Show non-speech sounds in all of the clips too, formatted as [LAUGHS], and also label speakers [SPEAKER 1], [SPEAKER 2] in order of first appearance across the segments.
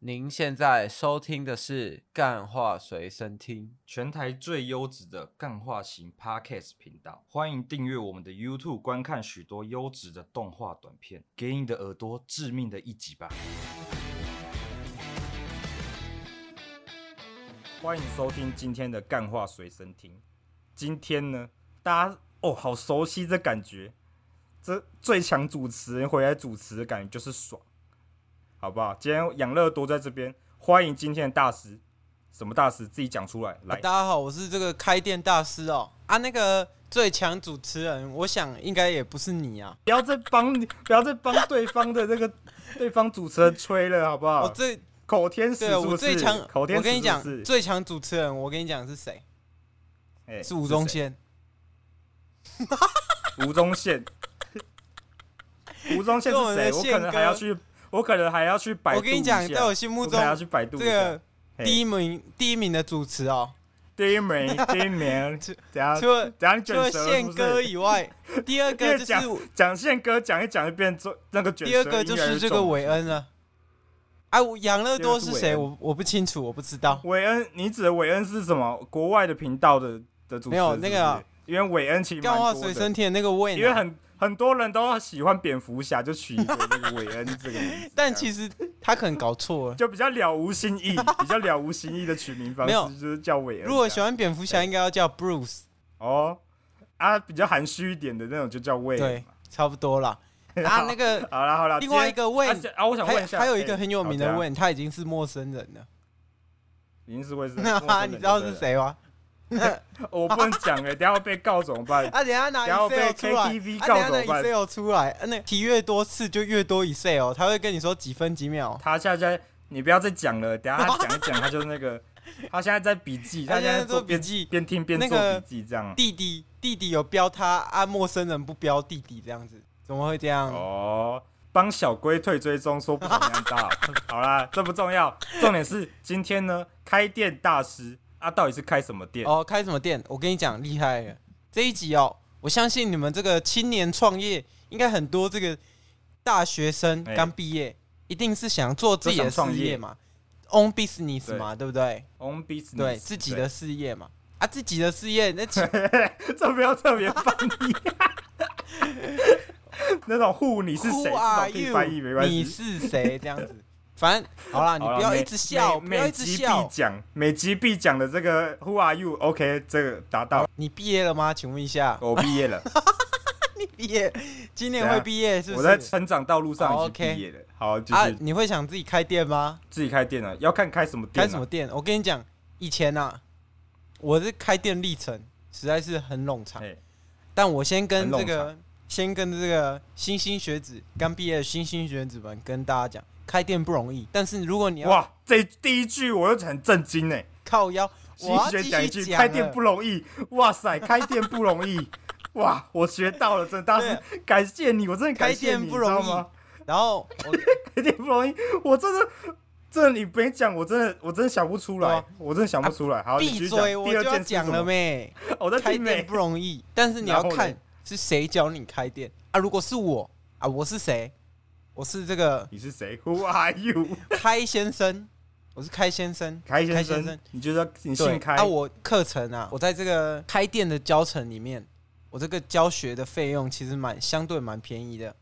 [SPEAKER 1] 您现在收听的是《干话随身听
[SPEAKER 2] 全台最优质的干化型 Podcast 频道，欢迎订阅我们的 YouTube，观看许多优质的动画短片，给你的耳朵致命的一击吧！欢迎收听今天的干话随身听。今天呢，大家哦，好熟悉这感觉，这最强主持人回来主持的感觉就是爽，好不好？今天养乐多在这边，欢迎今天的大师，什么大师自己讲出来，来
[SPEAKER 3] 啊大家好，我是这个开店大师哦啊，那个最强主持人，我想应该也不是你啊，
[SPEAKER 2] 不要再帮你，不要再帮对方的那个 [LAUGHS] 对方主持人吹了，好不好？
[SPEAKER 3] 我最
[SPEAKER 2] 口天使
[SPEAKER 3] 对
[SPEAKER 2] 啊是不
[SPEAKER 3] 我
[SPEAKER 2] 是？
[SPEAKER 3] 最强，
[SPEAKER 2] 口
[SPEAKER 3] 我
[SPEAKER 2] 天使
[SPEAKER 3] 跟你讲
[SPEAKER 2] 是不，是
[SPEAKER 3] 最强主持人，我跟你讲是谁？
[SPEAKER 2] 哎
[SPEAKER 3] 是吴宗宪。
[SPEAKER 2] 吴宗宪，吴宗宪
[SPEAKER 3] [LAUGHS] 是我
[SPEAKER 2] 是
[SPEAKER 3] 们
[SPEAKER 2] 谁？
[SPEAKER 3] 的
[SPEAKER 2] 我
[SPEAKER 3] 宪
[SPEAKER 2] 可能还要
[SPEAKER 3] 哥
[SPEAKER 2] 去，我可能还要去百度
[SPEAKER 3] 我跟你讲，
[SPEAKER 2] 一下
[SPEAKER 3] 在我心目
[SPEAKER 2] 我可能还要
[SPEAKER 3] 中，
[SPEAKER 2] 去百度
[SPEAKER 3] 这
[SPEAKER 2] 一下
[SPEAKER 3] 个
[SPEAKER 2] 嘿
[SPEAKER 3] 第一名第一名的主持哦，
[SPEAKER 2] 第一名，
[SPEAKER 3] [LAUGHS]
[SPEAKER 2] 第一名，等下
[SPEAKER 3] 除了
[SPEAKER 2] 等下你
[SPEAKER 3] 除
[SPEAKER 2] 啊卷
[SPEAKER 3] 了
[SPEAKER 2] 舌是
[SPEAKER 3] 宪
[SPEAKER 2] 不是
[SPEAKER 3] 哥
[SPEAKER 2] [LAUGHS]
[SPEAKER 3] 以外，第二
[SPEAKER 2] 因
[SPEAKER 3] 个
[SPEAKER 2] 为
[SPEAKER 3] 就
[SPEAKER 2] 讲
[SPEAKER 3] 是
[SPEAKER 2] 讲宪哥讲一讲就变做那个卷
[SPEAKER 3] 第二
[SPEAKER 2] 舌
[SPEAKER 3] 个
[SPEAKER 2] 音
[SPEAKER 3] 就
[SPEAKER 2] 乐
[SPEAKER 3] 是这
[SPEAKER 2] 重
[SPEAKER 3] 个韦恩了。啊，我养乐多是
[SPEAKER 2] 第二
[SPEAKER 3] 谁？
[SPEAKER 2] 个是韦恩
[SPEAKER 3] 我我不清楚，我不知道。
[SPEAKER 2] 韦恩，你指的韦恩是什么？国外的频道的的主持人
[SPEAKER 3] 没有
[SPEAKER 2] 是不是
[SPEAKER 3] 那个啊
[SPEAKER 2] 因为韦恩其实
[SPEAKER 3] 干
[SPEAKER 2] 蛮
[SPEAKER 3] 话
[SPEAKER 2] 多
[SPEAKER 3] 随
[SPEAKER 2] 的
[SPEAKER 3] 身，听的啊那个魏呢，，
[SPEAKER 2] 因为很很多人都喜欢蝙蝠侠，就取一个那个韦恩这个名字
[SPEAKER 3] 但
[SPEAKER 2] 实
[SPEAKER 3] 其实他可能搞错了。
[SPEAKER 2] 就比较了无新
[SPEAKER 3] [LAUGHS]
[SPEAKER 2] 意，比较了无新意的取名方
[SPEAKER 3] 没有
[SPEAKER 2] 式就是叫韦恩这样。
[SPEAKER 3] 如果喜欢蝙蝠侠，应该要叫 Bruce，
[SPEAKER 2] 哦啊，比较含蓄一点的那种就叫韦恩
[SPEAKER 3] 对
[SPEAKER 2] 嘛。，
[SPEAKER 3] 差不多
[SPEAKER 2] [LAUGHS]
[SPEAKER 3] 啦。啊，那个
[SPEAKER 2] 好啦好啦，
[SPEAKER 3] 另外一
[SPEAKER 2] 今
[SPEAKER 3] 个
[SPEAKER 2] 天
[SPEAKER 3] Wayne，
[SPEAKER 2] 啊啊，我想问
[SPEAKER 3] 还
[SPEAKER 2] 一下，
[SPEAKER 3] 还有一
[SPEAKER 2] 哎
[SPEAKER 3] 个很有名
[SPEAKER 2] 好
[SPEAKER 3] 的
[SPEAKER 2] 这样
[SPEAKER 3] Wayne，他已经是陌生人了。
[SPEAKER 2] 已经是卫生，陌生
[SPEAKER 3] 那
[SPEAKER 2] 人
[SPEAKER 3] [LAUGHS] 你知道
[SPEAKER 2] 对
[SPEAKER 3] 是
[SPEAKER 2] 了？
[SPEAKER 3] 谁吗？
[SPEAKER 2] 我不能讲哎，等下会被告怎么办？
[SPEAKER 3] 啊，等一下拿
[SPEAKER 2] 然后被
[SPEAKER 3] Excel 出来，啊，等
[SPEAKER 2] KTV
[SPEAKER 3] 一
[SPEAKER 2] 告
[SPEAKER 3] 下
[SPEAKER 2] 怎么
[SPEAKER 3] 拿
[SPEAKER 2] 办？
[SPEAKER 3] Excel 出来，啊那提越多次就越多 Excel，他会跟你说几分几秒。
[SPEAKER 2] 他现在在你不要再讲了，等一下他讲一讲，他就是那个，他现在在笔记，
[SPEAKER 3] 他
[SPEAKER 2] 他
[SPEAKER 3] 现在
[SPEAKER 2] 在
[SPEAKER 3] 做笔
[SPEAKER 2] 边
[SPEAKER 3] 记
[SPEAKER 2] 边听边
[SPEAKER 3] 那
[SPEAKER 2] 做
[SPEAKER 3] 个
[SPEAKER 2] 笔记这样。
[SPEAKER 3] 弟弟，弟弟有标他啊，陌生人不标弟弟这样子，怎么会这样？
[SPEAKER 2] 哦，帮小龟退追踪，说不好量大。好啦，这不重要，重点是今天呢，开店大师啊，到底是开什么店？
[SPEAKER 3] 哦，开什么店？我跟你讲，厉害了！这一集哦，我相信你们这个青年创业，应该很多这个大学生
[SPEAKER 2] 哎
[SPEAKER 3] 刚毕业，一定是想做自己的
[SPEAKER 2] 都想创
[SPEAKER 3] 事
[SPEAKER 2] 业
[SPEAKER 3] 业嘛，own business
[SPEAKER 2] 对
[SPEAKER 3] 嘛，对不对？
[SPEAKER 2] On business，
[SPEAKER 3] 对自己的事业嘛，啊，自己的事业，那
[SPEAKER 2] [LAUGHS]
[SPEAKER 3] 其
[SPEAKER 2] 对，这不要特别翻译。那种护你是
[SPEAKER 3] Who
[SPEAKER 2] 谁？
[SPEAKER 3] are
[SPEAKER 2] 这种可以翻译没关
[SPEAKER 3] you？你
[SPEAKER 2] 系。
[SPEAKER 3] 是谁？这样子，反正好啊啦，你
[SPEAKER 2] 好啦
[SPEAKER 3] 不要
[SPEAKER 2] 每
[SPEAKER 3] 一直笑，
[SPEAKER 2] 每
[SPEAKER 3] 不要
[SPEAKER 2] 每
[SPEAKER 3] 一直
[SPEAKER 2] 集必
[SPEAKER 3] 笑。
[SPEAKER 2] 讲，每集必讲的这个 Who are you？OK，、这个达到了，
[SPEAKER 3] 你毕业了吗？请问一下，
[SPEAKER 2] 我毕业了。
[SPEAKER 3] 你 [LAUGHS] 毕业，今年
[SPEAKER 2] 哦等下
[SPEAKER 3] 会毕业是不
[SPEAKER 2] 我
[SPEAKER 3] 是？
[SPEAKER 2] 在成长道路上
[SPEAKER 3] 好
[SPEAKER 2] 已经毕业了。好，就
[SPEAKER 3] 啊
[SPEAKER 2] 是，
[SPEAKER 3] 你会想自己开店吗？
[SPEAKER 2] 自己开店了，要看开什么店、啊。
[SPEAKER 3] 开什么？店？我跟你讲，以前啊，我是开店历程实在是很冗长，
[SPEAKER 2] 哎，
[SPEAKER 3] 但我先跟
[SPEAKER 2] 很
[SPEAKER 3] 这
[SPEAKER 2] 冗
[SPEAKER 3] 个先跟这个新兴学子刚毕业的新兴学子们跟大家讲，开店不容易，但是如果你要
[SPEAKER 2] 哇，这第一句我就很震惊哎、
[SPEAKER 3] 靠腰，我
[SPEAKER 2] 新
[SPEAKER 3] 要
[SPEAKER 2] 学
[SPEAKER 3] 继
[SPEAKER 2] 讲一
[SPEAKER 3] 续
[SPEAKER 2] 句，
[SPEAKER 3] 讲
[SPEAKER 2] 开店
[SPEAKER 3] 了
[SPEAKER 2] 不容易。哇塞，开店不容
[SPEAKER 3] [LAUGHS]
[SPEAKER 2] 易。哇，我学到了，真的，大师，感谢你，我真的感谢
[SPEAKER 3] 开
[SPEAKER 2] 你，
[SPEAKER 3] 店不容易
[SPEAKER 2] 你知道吗？
[SPEAKER 3] 然后我
[SPEAKER 2] 开店不容易，我真的，真的你没讲，我真的，我真的想不出来，
[SPEAKER 3] 对啊
[SPEAKER 2] 我真的想不出来。好，你继
[SPEAKER 3] 闭
[SPEAKER 2] 续讲
[SPEAKER 3] 嘴，我
[SPEAKER 2] 第
[SPEAKER 3] 就
[SPEAKER 2] 二
[SPEAKER 3] 要
[SPEAKER 2] 件
[SPEAKER 3] 讲了
[SPEAKER 2] 没？
[SPEAKER 3] 没？ [LAUGHS]
[SPEAKER 2] 我在
[SPEAKER 3] 开
[SPEAKER 2] 听
[SPEAKER 3] 店
[SPEAKER 2] 没
[SPEAKER 3] 不？容易，但是你要
[SPEAKER 2] 然后嘞
[SPEAKER 3] 看是谁教你开店啊。如果是我啊，我是谁？我是这个
[SPEAKER 2] 你是谁？Who are you？
[SPEAKER 3] 开先生，我是开先生，
[SPEAKER 2] [LAUGHS] 开先
[SPEAKER 3] 开先
[SPEAKER 2] 生
[SPEAKER 3] 生，
[SPEAKER 2] 你觉得你
[SPEAKER 3] 对
[SPEAKER 2] 姓开？
[SPEAKER 3] 啊，我课程啊，我在这个开店的教程里面，我这个教学的费用其实蛮相对蛮便宜的，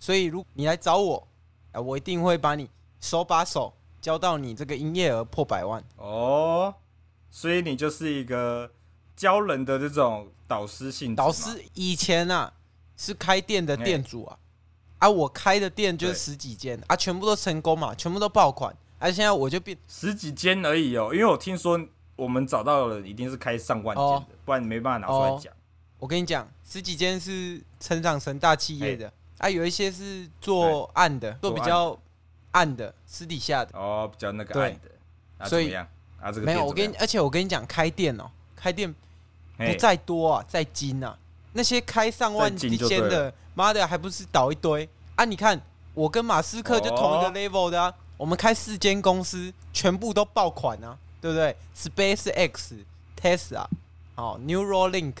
[SPEAKER 3] 所以如你来找我，啊，我一定会把你手把手教到你这个营业额破百万。
[SPEAKER 2] 哦，所以你就是一个教人的这种导师性质嘛
[SPEAKER 3] 老师以前啊是开店的店主啊，啊，我开的店就是
[SPEAKER 2] 哎对
[SPEAKER 3] 十几间啊，全部都成功嘛，全部都爆款，啊，现在我就变
[SPEAKER 2] 十几间而已哦，因为我听说我们找到的一定是开上万间的，
[SPEAKER 3] 哦
[SPEAKER 2] 不然你没办法拿出来讲。
[SPEAKER 3] 我跟你讲，十几间是成长成大企业的，啊，有一些是做暗的，
[SPEAKER 2] 做
[SPEAKER 3] 做比较暗的，私底下的。
[SPEAKER 2] 哦比较那个
[SPEAKER 3] 对
[SPEAKER 2] 暗的，啊
[SPEAKER 3] 所以
[SPEAKER 2] 怎么样？啊这个
[SPEAKER 3] 没有，
[SPEAKER 2] 店
[SPEAKER 3] 我跟你，而且我跟你讲，开店哦、开店
[SPEAKER 2] 怎么样
[SPEAKER 3] 不在多啊，在精啊。那些开上万
[SPEAKER 2] 在精就
[SPEAKER 3] 间
[SPEAKER 2] 对
[SPEAKER 3] 的，妈的，还不是倒一堆啊？你看，我跟马斯克就同一
[SPEAKER 2] 哦
[SPEAKER 3] 个 level 的啊，我们开四间公司，全部都爆款啊，对不对？Space X、Tesla、好 Neuralink，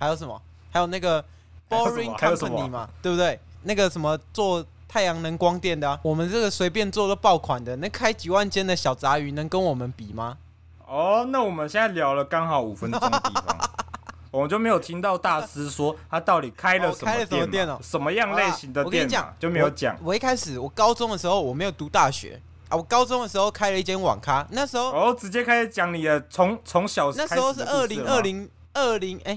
[SPEAKER 3] 还有什么？还有那个
[SPEAKER 2] 还有什么
[SPEAKER 3] Boring
[SPEAKER 2] 还有什么
[SPEAKER 3] Company 嘛，对不对？那个什么做太阳能光电的、啊，我们这个随便做都爆款的，那开几万间的小杂鱼能跟我们比吗？
[SPEAKER 2] 哦，那我们现在聊了刚好五分钟的地
[SPEAKER 3] [LAUGHS]
[SPEAKER 2] 方，我们就没有听到大师说他到底开了
[SPEAKER 3] 哦
[SPEAKER 2] 什
[SPEAKER 3] 开
[SPEAKER 2] 么
[SPEAKER 3] 了什
[SPEAKER 2] 店
[SPEAKER 3] 么
[SPEAKER 2] 嘛、
[SPEAKER 3] 店哦
[SPEAKER 2] 什么样类型的
[SPEAKER 3] 我跟
[SPEAKER 2] 店
[SPEAKER 3] 你
[SPEAKER 2] 嘛，
[SPEAKER 3] 讲
[SPEAKER 2] 就没有讲。
[SPEAKER 3] 我一开始我高中的时候我没有读大学啊，我高中的时候开了一间网咖，那时候、
[SPEAKER 2] 哦，直接开始讲你的从从小
[SPEAKER 3] 那
[SPEAKER 2] 开
[SPEAKER 3] 时候
[SPEAKER 2] 始
[SPEAKER 3] 是
[SPEAKER 2] 的
[SPEAKER 3] 二
[SPEAKER 2] 故事了
[SPEAKER 3] 零
[SPEAKER 2] 吗
[SPEAKER 3] 二零二零哎，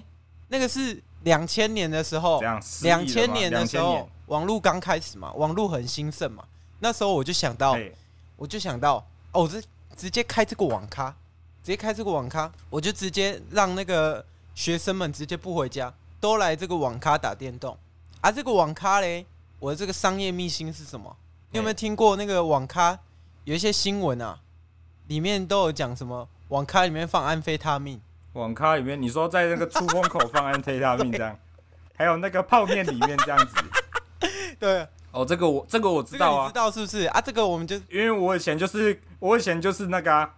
[SPEAKER 3] 那个是两千年的时候
[SPEAKER 2] 怎，样？失忆了
[SPEAKER 3] 两
[SPEAKER 2] 吗
[SPEAKER 3] 千年的时
[SPEAKER 2] 2000
[SPEAKER 3] 候
[SPEAKER 2] 年，
[SPEAKER 3] 网络刚开始嘛，网络很兴盛嘛，那时候我就想到，
[SPEAKER 2] 哎
[SPEAKER 3] 我就想到，哦，我这直接开这个网咖，直接开这个网咖，我就直接让那个学生们直接不回家，都来这个网咖打电动。啊，这个网咖嘞，我的这个商业秘辛是什么？你有没有听过那个网咖有一些新闻啊，里面都有讲什么网咖里面放安非他命，
[SPEAKER 2] 网咖里面，你说在那个出风口放安非他命这样， [LAUGHS] 还有那个泡面里面这样子。
[SPEAKER 3] 对，
[SPEAKER 2] 哦，这个我这个我知
[SPEAKER 3] 这个
[SPEAKER 2] 道
[SPEAKER 3] 你
[SPEAKER 2] 啊
[SPEAKER 3] 知，道是不是啊？这个我们就
[SPEAKER 2] 因为我以前就是我以前就是那个、啊，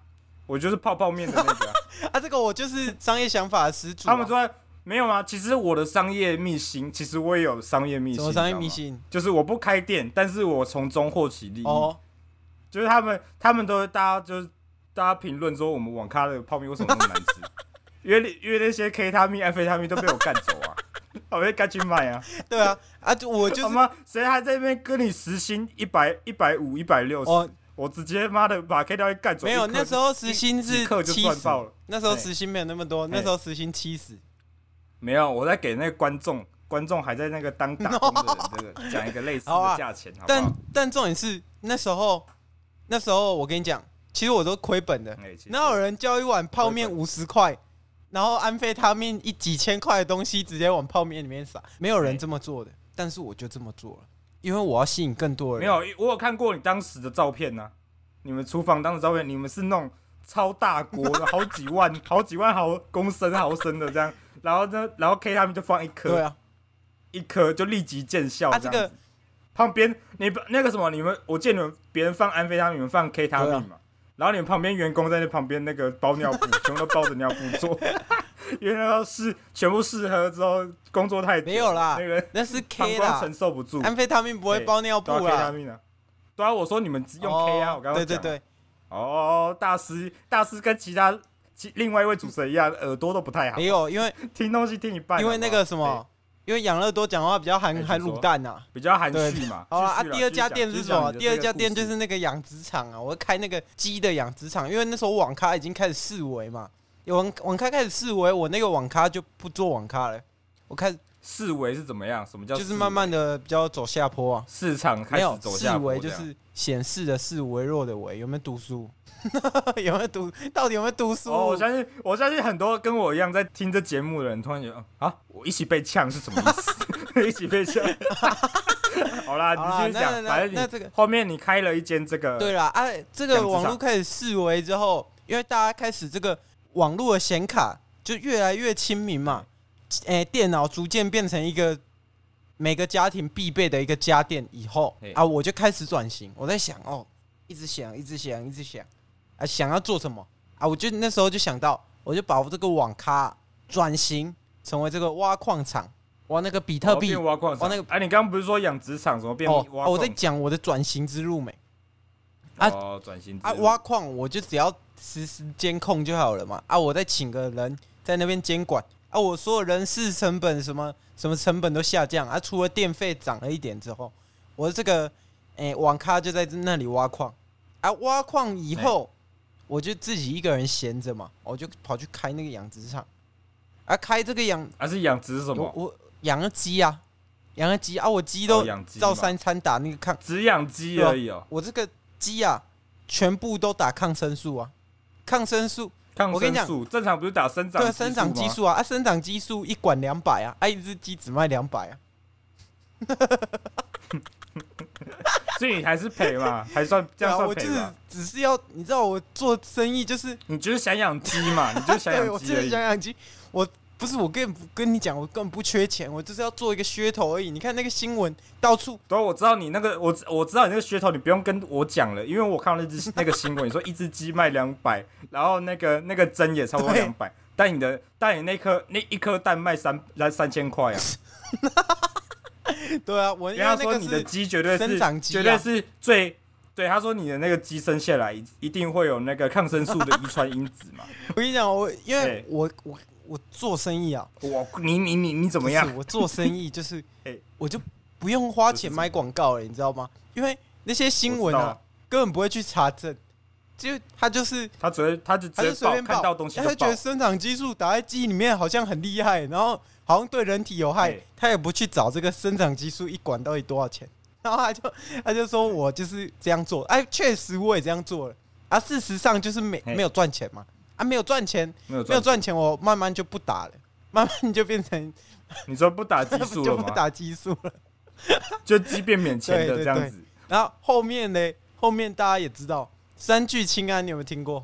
[SPEAKER 2] 我就是泡泡面的那
[SPEAKER 3] [LAUGHS]
[SPEAKER 2] 个啊、
[SPEAKER 3] 啊，这个我就是商业想法的始祖啊、
[SPEAKER 2] 他们说没有啊，其实我的商业秘辛，其实我也有商业秘辛。
[SPEAKER 3] 什么商业
[SPEAKER 2] 你
[SPEAKER 3] 迷
[SPEAKER 2] 知道吗？
[SPEAKER 3] 信？
[SPEAKER 2] 就是我不开店，但是我从中获取利益。
[SPEAKER 3] 哦，
[SPEAKER 2] 就是他们，他们都大家就是大家评论说我们网咖的泡面为什么那么难
[SPEAKER 3] [LAUGHS]
[SPEAKER 2] 吃，因为因为那些 K 他命、安非他命都被我干走啊，我被干去卖啊。
[SPEAKER 3] 对啊，啊，就我就
[SPEAKER 2] 他
[SPEAKER 3] 是
[SPEAKER 2] 妈谁还在那边跟你时薪一百、一百五、一百六
[SPEAKER 3] 哦
[SPEAKER 2] 十？我直接妈的把 K 他命干走。
[SPEAKER 3] 没有，那时
[SPEAKER 2] 候
[SPEAKER 3] 候时薪
[SPEAKER 2] 一
[SPEAKER 3] 是
[SPEAKER 2] 克就
[SPEAKER 3] 七
[SPEAKER 2] 赚
[SPEAKER 3] 十
[SPEAKER 2] 爆了，
[SPEAKER 3] 那时候
[SPEAKER 2] 对
[SPEAKER 3] 时薪没有那么多，那时候时薪七十。
[SPEAKER 2] 没有，我在给那个观众，观众还在那个当打工的人这
[SPEAKER 3] [LAUGHS]
[SPEAKER 2] 个讲一个类似
[SPEAKER 3] 好啊
[SPEAKER 2] 的价钱，好不
[SPEAKER 3] 但
[SPEAKER 2] 好？
[SPEAKER 3] 但重点是那时候，那时候我跟你讲，其实我都亏本的。
[SPEAKER 2] 哎其实
[SPEAKER 3] 哪有人叫一碗泡面
[SPEAKER 2] 亏
[SPEAKER 3] 五十块，然后安非他命一几千块的东西直接往泡面里面撒？没有人
[SPEAKER 2] 哎
[SPEAKER 3] 这么做的，但是我就这么做了，因为我要吸引更多
[SPEAKER 2] 没
[SPEAKER 3] 人。
[SPEAKER 2] 有，我有看过你当时的照片呐、你们厨房当时照片，你们是那种超大锅的，好几
[SPEAKER 3] [LAUGHS]
[SPEAKER 2] 万、好几万毫公升、毫升的这样，然后呢，然后 K 他们就放一颗，
[SPEAKER 3] 对啊，
[SPEAKER 2] 一颗就立即见效
[SPEAKER 3] 啊
[SPEAKER 2] 这样子。
[SPEAKER 3] 这个
[SPEAKER 2] 旁边你不那个什么，你们我见你们别人放安非他命，你们放 K 他命
[SPEAKER 3] 对啊
[SPEAKER 2] 嘛，然后你们旁边员工在那旁边那个包尿布， [LAUGHS] 全部都包着尿布 [LAUGHS] 做，因为那个试全部试喝之后工作太久
[SPEAKER 3] 没有啦
[SPEAKER 2] 那个
[SPEAKER 3] 那是
[SPEAKER 2] 膀
[SPEAKER 3] K
[SPEAKER 2] 胱
[SPEAKER 3] 啦
[SPEAKER 2] 承，受不住，
[SPEAKER 3] 安非他命不会
[SPEAKER 2] 对
[SPEAKER 3] 包尿
[SPEAKER 2] 对
[SPEAKER 3] 布
[SPEAKER 2] 啊 K 他
[SPEAKER 3] 啦。
[SPEAKER 2] 命啊。对啊，我说你们只用 K 啊，
[SPEAKER 3] 哦
[SPEAKER 2] 我刚刚
[SPEAKER 3] 对对
[SPEAKER 2] 讲
[SPEAKER 3] 对，
[SPEAKER 2] 哦，大师，大师跟其他其另外一位主持人一样，耳朵都不太好
[SPEAKER 3] 没，有，因为
[SPEAKER 2] 听东西听一半，
[SPEAKER 3] 因为
[SPEAKER 2] 好不
[SPEAKER 3] 那
[SPEAKER 2] 好
[SPEAKER 3] 个什么，因为养乐多讲话比较含
[SPEAKER 2] 哎
[SPEAKER 3] 含
[SPEAKER 2] 请说
[SPEAKER 3] 卤蛋呐。
[SPEAKER 2] 对比较含
[SPEAKER 3] 对
[SPEAKER 2] 蓄嘛。
[SPEAKER 3] 好了啊，
[SPEAKER 2] 继续啦
[SPEAKER 3] 第二家
[SPEAKER 2] 继续讲
[SPEAKER 3] 店是
[SPEAKER 2] 继续
[SPEAKER 3] 什
[SPEAKER 2] 讲
[SPEAKER 3] 么？
[SPEAKER 2] 你的
[SPEAKER 3] 第二
[SPEAKER 2] 这个
[SPEAKER 3] 家
[SPEAKER 2] 故
[SPEAKER 3] 店就
[SPEAKER 2] 事
[SPEAKER 3] 是那个养殖场啊，我开那个鸡的养殖场，因为那时候网咖已经开始示威嘛，有网网咖开始示威，我那个网咖就不做网咖了，我开始
[SPEAKER 2] 四维是怎么样？什么叫
[SPEAKER 3] 就是
[SPEAKER 2] 四维
[SPEAKER 3] 慢慢的比较走下坡啊，
[SPEAKER 2] 市场开
[SPEAKER 3] 没有
[SPEAKER 2] 始走
[SPEAKER 3] 示
[SPEAKER 2] 下坡
[SPEAKER 3] 威
[SPEAKER 2] 这
[SPEAKER 3] 就
[SPEAKER 2] 样，
[SPEAKER 3] 是显示的示微弱的微，有没有读书？ [LAUGHS] 有没有读？到底有没有读书？
[SPEAKER 2] 哦，我相信，我相信很多跟我一样在听这节目的人，突然觉得啊，我一起被呛是什么意思？ [LAUGHS] 一起被呛。好啦，
[SPEAKER 3] 好啦
[SPEAKER 2] 你继续
[SPEAKER 3] 那
[SPEAKER 2] 讲，
[SPEAKER 3] 那
[SPEAKER 2] 反正
[SPEAKER 3] 那
[SPEAKER 2] 你
[SPEAKER 3] 这个
[SPEAKER 2] 后面你开了一间这个，
[SPEAKER 3] 对啦，啊，这
[SPEAKER 2] 养
[SPEAKER 3] 个
[SPEAKER 2] 殖
[SPEAKER 3] 网络
[SPEAKER 2] 场
[SPEAKER 3] 开始示威之后，因为大家开始这个网络的显卡就越来越亲民嘛，诶、电脑逐渐变成一个每个家庭必备的一个家电以后
[SPEAKER 2] 嘿
[SPEAKER 3] 啊，我就开始转型，我在想哦，一直想，一直想，一直想，啊，想要做什么啊？我就那时候就想到，我就把我这个网咖转型成为这个挖矿场，挖那个比特
[SPEAKER 2] 哦
[SPEAKER 3] 币
[SPEAKER 2] 变挖矿场。
[SPEAKER 3] 哦那个
[SPEAKER 2] 哎，你刚刚不是说养殖场什么变挖
[SPEAKER 3] 哦
[SPEAKER 2] 矿
[SPEAKER 3] 哦，我在讲我的转型之路没。啊
[SPEAKER 2] 哦，转型之
[SPEAKER 3] 啊，
[SPEAKER 2] 路
[SPEAKER 3] 挖矿我就只要实时监控就好了嘛。啊，我再请个人在那边监管。啊，我所有人事成本什么什么成本都下降。啊，除了电费涨了一点之后，我这个诶、网咖就在那里挖矿。啊，挖矿以后，
[SPEAKER 2] 哎
[SPEAKER 3] 我就自己一个人闲着嘛，我就跑去开那个养殖场。啊，开这个养
[SPEAKER 2] 还是养殖什
[SPEAKER 3] 我
[SPEAKER 2] 么？
[SPEAKER 3] 我养了鸡啊，养了鸡啊，我鸡
[SPEAKER 2] 哦
[SPEAKER 3] 都
[SPEAKER 2] 养鸡
[SPEAKER 3] 照
[SPEAKER 2] 嘛
[SPEAKER 3] 三餐打那个抗
[SPEAKER 2] 只养鸡
[SPEAKER 3] 啊
[SPEAKER 2] 而已哦。
[SPEAKER 3] 我这个鸡啊，全部都打抗生素啊，抗生素
[SPEAKER 2] 抗
[SPEAKER 3] 我跟
[SPEAKER 2] 生
[SPEAKER 3] 你讲
[SPEAKER 2] 素正常不是打生长
[SPEAKER 3] 对生长激
[SPEAKER 2] 吗，
[SPEAKER 3] 素啊，啊生长激素一管两百啊，啊一只鸡只卖两百啊，
[SPEAKER 2] 所以你还是赔嘛，还算这
[SPEAKER 3] [LAUGHS] 对
[SPEAKER 2] 样
[SPEAKER 3] 啊，
[SPEAKER 2] 算
[SPEAKER 3] 我就
[SPEAKER 2] 赔
[SPEAKER 3] 是
[SPEAKER 2] 嘛？
[SPEAKER 3] 只是要你知道我做生意就是，
[SPEAKER 2] 你就是想养鸡嘛，你就是想
[SPEAKER 3] [LAUGHS] 对
[SPEAKER 2] 养
[SPEAKER 3] 我
[SPEAKER 2] 鸡
[SPEAKER 3] 就
[SPEAKER 2] 而
[SPEAKER 3] 是
[SPEAKER 2] 已
[SPEAKER 3] 想。养鸡，我不是我跟跟你讲，我根本不缺钱，我就是要做一个噱头而已。你看那个新闻到处
[SPEAKER 2] 对啊，我知道你那个，我知我知道你那个噱头，你不用跟我讲了，因为我看到那只那个新闻，你说一只鸡卖两百，然后那个那个针也差不多
[SPEAKER 3] 对
[SPEAKER 2] 两百，但你的但你那颗那一颗蛋卖三来三千块啊，
[SPEAKER 3] 对啊，我因为
[SPEAKER 2] 人家
[SPEAKER 3] 那
[SPEAKER 2] 说
[SPEAKER 3] 个
[SPEAKER 2] 你的
[SPEAKER 3] 是
[SPEAKER 2] 鸡绝对
[SPEAKER 3] 生
[SPEAKER 2] 是
[SPEAKER 3] 长肌
[SPEAKER 2] 绝
[SPEAKER 3] 啊
[SPEAKER 2] 对是最对。他说你的那个鸡生下来一一定会有那个抗生素的遗传因子
[SPEAKER 3] [LAUGHS]
[SPEAKER 2] 嘛。
[SPEAKER 3] 我跟你讲，我因为
[SPEAKER 2] 对
[SPEAKER 3] 我我我做生意啊，
[SPEAKER 2] 我你你你你怎么样
[SPEAKER 3] 不？是我做生意就是
[SPEAKER 2] [LAUGHS] 哎，
[SPEAKER 3] 我就不用花
[SPEAKER 2] 这是
[SPEAKER 3] 钱
[SPEAKER 2] 什么
[SPEAKER 3] 买广告了，你知道吗？因为那些新
[SPEAKER 2] 我
[SPEAKER 3] 闻
[SPEAKER 2] 知道
[SPEAKER 3] 啊，，根本不会去查证，就他就是
[SPEAKER 2] 他只会他就直
[SPEAKER 3] 他就
[SPEAKER 2] 接
[SPEAKER 3] 随
[SPEAKER 2] 报
[SPEAKER 3] 便
[SPEAKER 2] 看
[SPEAKER 3] 报
[SPEAKER 2] 到东西
[SPEAKER 3] 他
[SPEAKER 2] 就
[SPEAKER 3] 就觉
[SPEAKER 2] 报
[SPEAKER 3] 得。生长激素打在鸡里面好像很厉害，然后好像对人体有害
[SPEAKER 2] 对，
[SPEAKER 3] 他也不去找这个生长激素一管到底多少钱， [LAUGHS] 然后他就他就说我就是这样做，哎，确实我也这样做了，啊，事实上就是没
[SPEAKER 2] 嘿
[SPEAKER 3] 没有赚钱嘛，啊，没有赚钱，
[SPEAKER 2] 没有
[SPEAKER 3] 没有
[SPEAKER 2] 赚，
[SPEAKER 3] 赚钱，我慢慢就不打了，慢慢就变成
[SPEAKER 2] 你说不打激素
[SPEAKER 3] 就
[SPEAKER 2] 了
[SPEAKER 3] 不
[SPEAKER 2] 吗？
[SPEAKER 3] 打激素了。
[SPEAKER 2] 就鸡变免钱
[SPEAKER 3] 对
[SPEAKER 2] 的
[SPEAKER 3] 对
[SPEAKER 2] 这样
[SPEAKER 3] 对
[SPEAKER 2] 子。
[SPEAKER 3] 然后后面呢，后面大家也知道三聚氰胺，你有没有听过？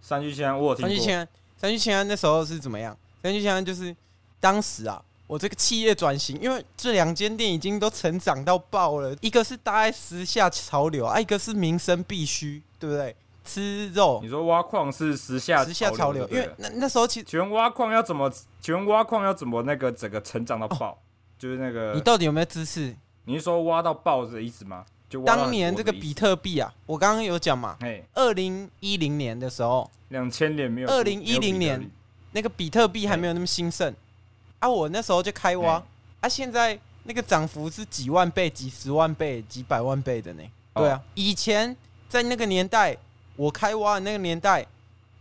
[SPEAKER 2] 三聚氰胺我有听
[SPEAKER 3] 三聚
[SPEAKER 2] 过，
[SPEAKER 3] 氰胺，三聚氰胺那时候是怎么样？三聚氰胺就是当时啊，我这个企业转型，因为这两间店已经都成长到爆了，一个是搭在时下潮流，啊，一个是民生必须，对不对？吃肉
[SPEAKER 2] 你，说挖矿是时下
[SPEAKER 3] 时下潮流，
[SPEAKER 2] 就
[SPEAKER 3] 因
[SPEAKER 2] 对
[SPEAKER 3] 为
[SPEAKER 2] 了
[SPEAKER 3] 那那时候其实
[SPEAKER 2] 请问挖矿要怎么？请问挖矿要怎么那个整个成长到
[SPEAKER 3] 哦
[SPEAKER 2] 爆？就是那个
[SPEAKER 3] 你到底有没有知识？
[SPEAKER 2] 你是说挖到爆的意思吗？就挖到
[SPEAKER 3] 当年
[SPEAKER 2] 很
[SPEAKER 3] 这
[SPEAKER 2] 多
[SPEAKER 3] 个
[SPEAKER 2] 的意
[SPEAKER 3] 比
[SPEAKER 2] 思，
[SPEAKER 3] 特币啊，我刚刚有讲嘛，
[SPEAKER 2] 哎，
[SPEAKER 3] 二零一零年的时候，
[SPEAKER 2] 两千年没有
[SPEAKER 3] 2010
[SPEAKER 2] 没有比特币
[SPEAKER 3] 年那个比特币还没有那么兴盛啊，我那时候就开挖
[SPEAKER 2] 嘿
[SPEAKER 3] 啊，现在那个涨幅是几万倍、几十万倍、几百万倍的呢。
[SPEAKER 2] 哦
[SPEAKER 3] 对啊，以前在那个年代，我开挖的那个年代，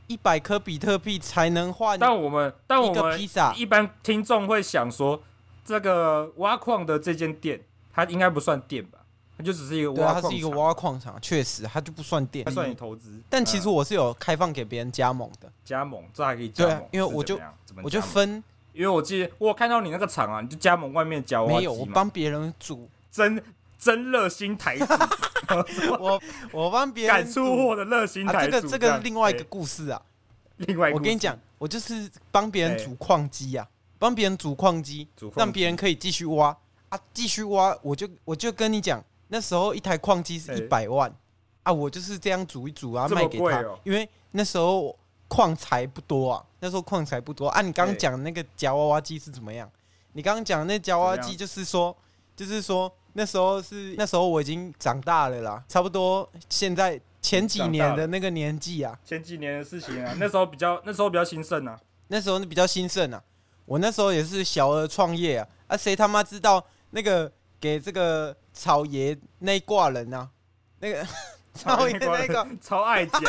[SPEAKER 3] 一百颗比特币才能换
[SPEAKER 2] 但我们但
[SPEAKER 3] 一
[SPEAKER 2] 我
[SPEAKER 3] 个
[SPEAKER 2] 们
[SPEAKER 3] 披萨。
[SPEAKER 2] 一般听众会想说，这个挖矿的这间店，它应该不算店吧？它就只是一个
[SPEAKER 3] 对啊，
[SPEAKER 2] 挖矿
[SPEAKER 3] 它
[SPEAKER 2] 厂，
[SPEAKER 3] 是一个挖矿场，确实它就不算店
[SPEAKER 2] 它。算你投资。
[SPEAKER 3] 但其实
[SPEAKER 2] 嗯
[SPEAKER 3] 我是有开放给别人加盟的，
[SPEAKER 2] 加盟，这还可以加
[SPEAKER 3] 对啊
[SPEAKER 2] 盟，
[SPEAKER 3] 因为
[SPEAKER 2] 是
[SPEAKER 3] 我
[SPEAKER 2] 怎
[SPEAKER 3] 就
[SPEAKER 2] 么样怎么
[SPEAKER 3] 我就
[SPEAKER 2] 加盟，
[SPEAKER 3] 分
[SPEAKER 2] 因为我记得我有看到你那个厂啊，你就加盟外面加挖
[SPEAKER 3] 没有，
[SPEAKER 2] 机
[SPEAKER 3] 我
[SPEAKER 2] 嘛
[SPEAKER 3] 帮别人煮，
[SPEAKER 2] 真真热心台
[SPEAKER 3] [LAUGHS]
[SPEAKER 2] 主， [LAUGHS]
[SPEAKER 3] 我我帮别人
[SPEAKER 2] 敢出
[SPEAKER 3] 煮
[SPEAKER 2] 货的热心
[SPEAKER 3] 啊，
[SPEAKER 2] 台
[SPEAKER 3] 这
[SPEAKER 2] 主。
[SPEAKER 3] 个这个
[SPEAKER 2] 样
[SPEAKER 3] 是另外一个
[SPEAKER 2] 对
[SPEAKER 3] 故事啊。
[SPEAKER 2] 另外一个
[SPEAKER 3] 我
[SPEAKER 2] 故
[SPEAKER 3] 跟你
[SPEAKER 2] 事
[SPEAKER 3] 讲，我就是帮别人煮矿机啊，帮别人煮矿机，
[SPEAKER 2] 主矿
[SPEAKER 3] 让别人可以继续挖啊，继续挖。我就我就跟你讲，那时候一台矿机是
[SPEAKER 2] 哎
[SPEAKER 3] 一百万啊，我就是这样煮一煮啊，
[SPEAKER 2] 这么
[SPEAKER 3] 卖给
[SPEAKER 2] 贵
[SPEAKER 3] 他
[SPEAKER 2] 哦，
[SPEAKER 3] 因为那时候矿材不多啊，那时候矿材不多啊。你刚刚
[SPEAKER 2] 哎
[SPEAKER 3] 讲那个夹娃娃机是怎么样？你刚刚讲那夹娃娃
[SPEAKER 2] 怎么
[SPEAKER 3] 机
[SPEAKER 2] 样
[SPEAKER 3] 就是说，就是说那时候是那时候我已经长大了啦，差不多现在前几
[SPEAKER 2] 长大
[SPEAKER 3] 年
[SPEAKER 2] 了
[SPEAKER 3] 的那个年纪啊，
[SPEAKER 2] 前几年的事情啊，那时候比较那时候比较兴盛
[SPEAKER 3] [LAUGHS]
[SPEAKER 2] 啊，
[SPEAKER 3] 那时候比较兴盛啊，我那时候也是小额创业啊，啊谁他妈知道那个给这个草爷那一挂人啊，那
[SPEAKER 2] [LAUGHS]
[SPEAKER 3] 个草爷那个，
[SPEAKER 2] 超爱夹，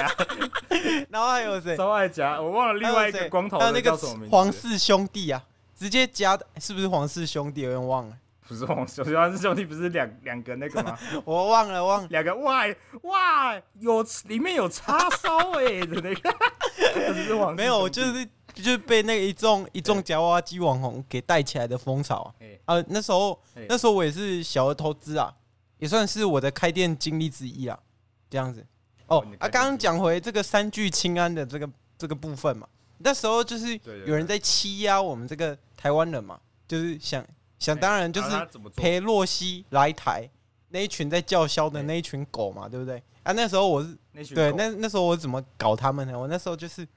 [SPEAKER 3] 然后还有谁？
[SPEAKER 2] 超爱夹，我忘了 [LAUGHS] 另外一
[SPEAKER 3] 还有
[SPEAKER 2] 个
[SPEAKER 3] 谁
[SPEAKER 2] 光头
[SPEAKER 3] 还有
[SPEAKER 2] 的
[SPEAKER 3] 那
[SPEAKER 2] 叫什
[SPEAKER 3] 个
[SPEAKER 2] 么名字？
[SPEAKER 3] 黄氏兄弟啊，直接加的是不是黄氏兄弟？有点忘了，
[SPEAKER 2] 不是黄兄弟，黄兄弟不是两两个那个
[SPEAKER 3] [LAUGHS]
[SPEAKER 2] 吗？
[SPEAKER 3] 我忘了忘了。
[SPEAKER 2] 两个哇哇有里面有叉烧哎的那
[SPEAKER 3] [LAUGHS]
[SPEAKER 2] 个，不是黄
[SPEAKER 3] 没有，我
[SPEAKER 2] 就
[SPEAKER 3] 就是就是被那个一众一众夹娃娃机网红给带起来的风潮啊
[SPEAKER 2] 哎。
[SPEAKER 3] 啊，那时候
[SPEAKER 2] 哎
[SPEAKER 3] 那时候我也是小额投资啊，也算是我的开店经历之一啊，这样子。哦
[SPEAKER 2] 哦你的
[SPEAKER 3] 啊，
[SPEAKER 2] 开店经历
[SPEAKER 3] 刚刚讲回这个三聚氰胺的这个这个部分嘛，那时候就是
[SPEAKER 2] 对对
[SPEAKER 3] 有人在欺压我们这个台湾人嘛，就是想想 [LAUGHS] 当然就是
[SPEAKER 2] 哎怎么做？
[SPEAKER 3] 裴洛西来台那一群在叫嚣的那一群狗嘛，对不对？啊，那时候我是
[SPEAKER 2] 那群
[SPEAKER 3] 对
[SPEAKER 2] 狗
[SPEAKER 3] 那那时候我怎么搞他们呢？我那时候就是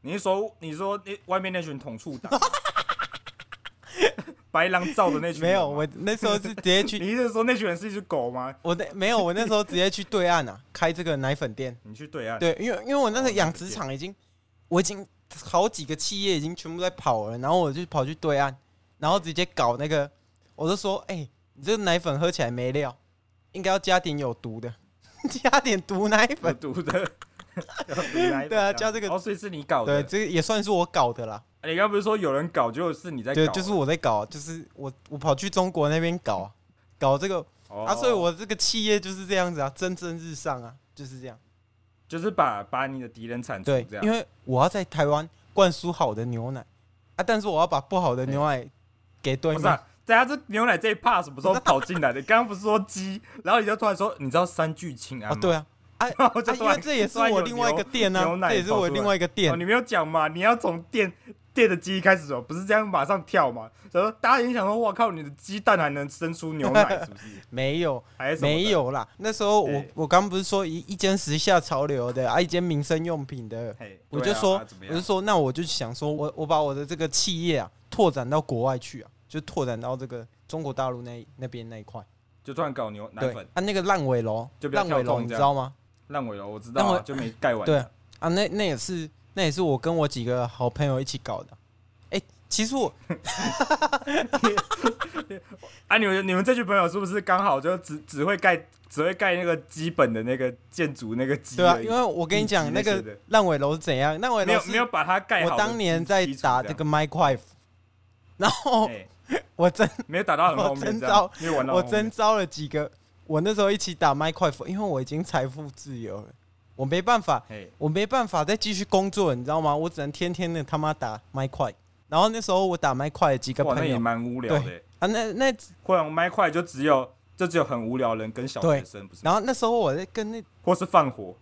[SPEAKER 2] 你是说你说那外面那群统促党， [LAUGHS] 白狼造的那群人吗
[SPEAKER 3] 没有，我那时候是直
[SPEAKER 2] [LAUGHS]
[SPEAKER 3] 接去，
[SPEAKER 2] 你是说那群人是一只狗吗？
[SPEAKER 3] 我那没有，我那时候直接去对岸啊，开这个奶粉店。
[SPEAKER 2] 你去对岸，
[SPEAKER 3] 对，因为因为我那时候
[SPEAKER 2] 哦
[SPEAKER 3] 养殖场已经，我已经好几个企业已经全部在跑了，然后我就跑去对岸，然后直接搞那个，我就说，哎、你这个奶粉喝起来没料，应该要加点有毒的， [LAUGHS] 加点毒奶
[SPEAKER 2] 有
[SPEAKER 3] 粉。
[SPEAKER 2] 毒的。有毒奶
[SPEAKER 3] [LAUGHS] 对啊
[SPEAKER 2] 粉
[SPEAKER 3] 加这个
[SPEAKER 2] 哦，所以是你搞
[SPEAKER 3] 对，
[SPEAKER 2] 的。
[SPEAKER 3] 这个也算是我搞的啦。
[SPEAKER 2] 你刚刚不是说有人搞，就是你在搞
[SPEAKER 3] 对
[SPEAKER 2] 啊，，
[SPEAKER 3] 就是我在搞，就是我我跑去中国那边搞啊，搞这个
[SPEAKER 2] 哦
[SPEAKER 3] 啊，所以我这个企业就是这样子啊，蒸蒸日上啊，就是这样。
[SPEAKER 2] 就是把把你的敌人铲除，
[SPEAKER 3] 对
[SPEAKER 2] 这，样
[SPEAKER 3] 因为我要在台湾灌输好的牛奶啊，但是我要把不好的牛奶给对
[SPEAKER 2] 不是、
[SPEAKER 3] 面。
[SPEAKER 2] 啊，大家这牛奶这一 part 什么时候跑进
[SPEAKER 3] [LAUGHS]
[SPEAKER 2] 来的？刚刚不是说鸡，然后你就突然说，你知道三聚氰胺
[SPEAKER 3] 啊，
[SPEAKER 2] 吗？
[SPEAKER 3] 对啊，
[SPEAKER 2] [LAUGHS] 然后就
[SPEAKER 3] 啊，
[SPEAKER 2] 突
[SPEAKER 3] 因
[SPEAKER 2] 然、
[SPEAKER 3] 为这也是
[SPEAKER 2] 突然有
[SPEAKER 3] 我另外一个
[SPEAKER 2] 牛
[SPEAKER 3] 店啊
[SPEAKER 2] 牛，奶
[SPEAKER 3] 这也是我另外一个店
[SPEAKER 2] 哦，。你没有讲嘛？你要从店店的鸡开始哦，不是这样马上跳嘛？然后大家影想说，我靠，你的鸡蛋还能生出牛奶，是不是？
[SPEAKER 3] 没有，
[SPEAKER 2] 还是什么的
[SPEAKER 3] 没？有啦。那时候我
[SPEAKER 2] 哎
[SPEAKER 3] 我刚不是说一一间时下潮流的，啊，一间民生用品的，
[SPEAKER 2] 嘿
[SPEAKER 3] 我
[SPEAKER 2] 对
[SPEAKER 3] 就
[SPEAKER 2] 啊
[SPEAKER 3] 说
[SPEAKER 2] 啊怎么，
[SPEAKER 3] 我
[SPEAKER 2] 样
[SPEAKER 3] 就说，那我就想说我我把我的这个企业啊拓展到国外去啊，就拓展到这个中国大陆那那边那一块。
[SPEAKER 2] 就突然搞牛奶
[SPEAKER 3] 对
[SPEAKER 2] 粉，
[SPEAKER 3] 啊，那个烂尾楼
[SPEAKER 2] 就，比较
[SPEAKER 3] 烂
[SPEAKER 2] 跳
[SPEAKER 3] 尾楼
[SPEAKER 2] 痛这
[SPEAKER 3] 你知
[SPEAKER 2] 样
[SPEAKER 3] 道吗？
[SPEAKER 2] 烂尾楼我知道、
[SPEAKER 3] 烂
[SPEAKER 2] 啊，
[SPEAKER 3] 尾
[SPEAKER 2] 就没盖完。
[SPEAKER 3] 对，啊，那那也是那也是我跟我几个好朋友一起搞的。哎、其实我
[SPEAKER 2] 啊，你们你们这群朋友是不是刚好就只只会盖只会盖那个基本的那个建筑那个基？
[SPEAKER 3] 对啊，因为我跟你
[SPEAKER 2] 地基
[SPEAKER 3] 讲
[SPEAKER 2] 那
[SPEAKER 3] 那
[SPEAKER 2] 些
[SPEAKER 3] 个
[SPEAKER 2] 的
[SPEAKER 3] 烂尾楼是怎样，烂尾
[SPEAKER 2] 没
[SPEAKER 3] 楼
[SPEAKER 2] 有
[SPEAKER 3] 是
[SPEAKER 2] 没有把它盖好的
[SPEAKER 3] 我
[SPEAKER 2] 基。
[SPEAKER 3] 当年在
[SPEAKER 2] 基础
[SPEAKER 3] 打
[SPEAKER 2] 这
[SPEAKER 3] 这
[SPEAKER 2] 样
[SPEAKER 3] 个 Minecraft，然后
[SPEAKER 2] 哎
[SPEAKER 3] 我真
[SPEAKER 2] 没有打到很后
[SPEAKER 3] [LAUGHS] 我真
[SPEAKER 2] 面这样
[SPEAKER 3] 糟，
[SPEAKER 2] 没有玩到
[SPEAKER 3] 我
[SPEAKER 2] 后
[SPEAKER 3] 真
[SPEAKER 2] 面
[SPEAKER 3] 招了几个，我那时候一起打 Minecraft，因为我已经财富自由了，我没办法，
[SPEAKER 2] 哎
[SPEAKER 3] 我没办法再继续工作，你知道吗？我只能天天的他妈打 Minecraft。然后那时候我打 Minecraft 几个
[SPEAKER 2] 哇，那
[SPEAKER 3] 朋
[SPEAKER 2] 也
[SPEAKER 3] 友
[SPEAKER 2] 蛮无聊的。
[SPEAKER 3] 啊，那那
[SPEAKER 2] 会玩麦块就只有就只有很无聊的人跟小
[SPEAKER 3] 对
[SPEAKER 2] 学生不是吗，
[SPEAKER 3] 然后那时候我在跟那
[SPEAKER 2] 或是放火。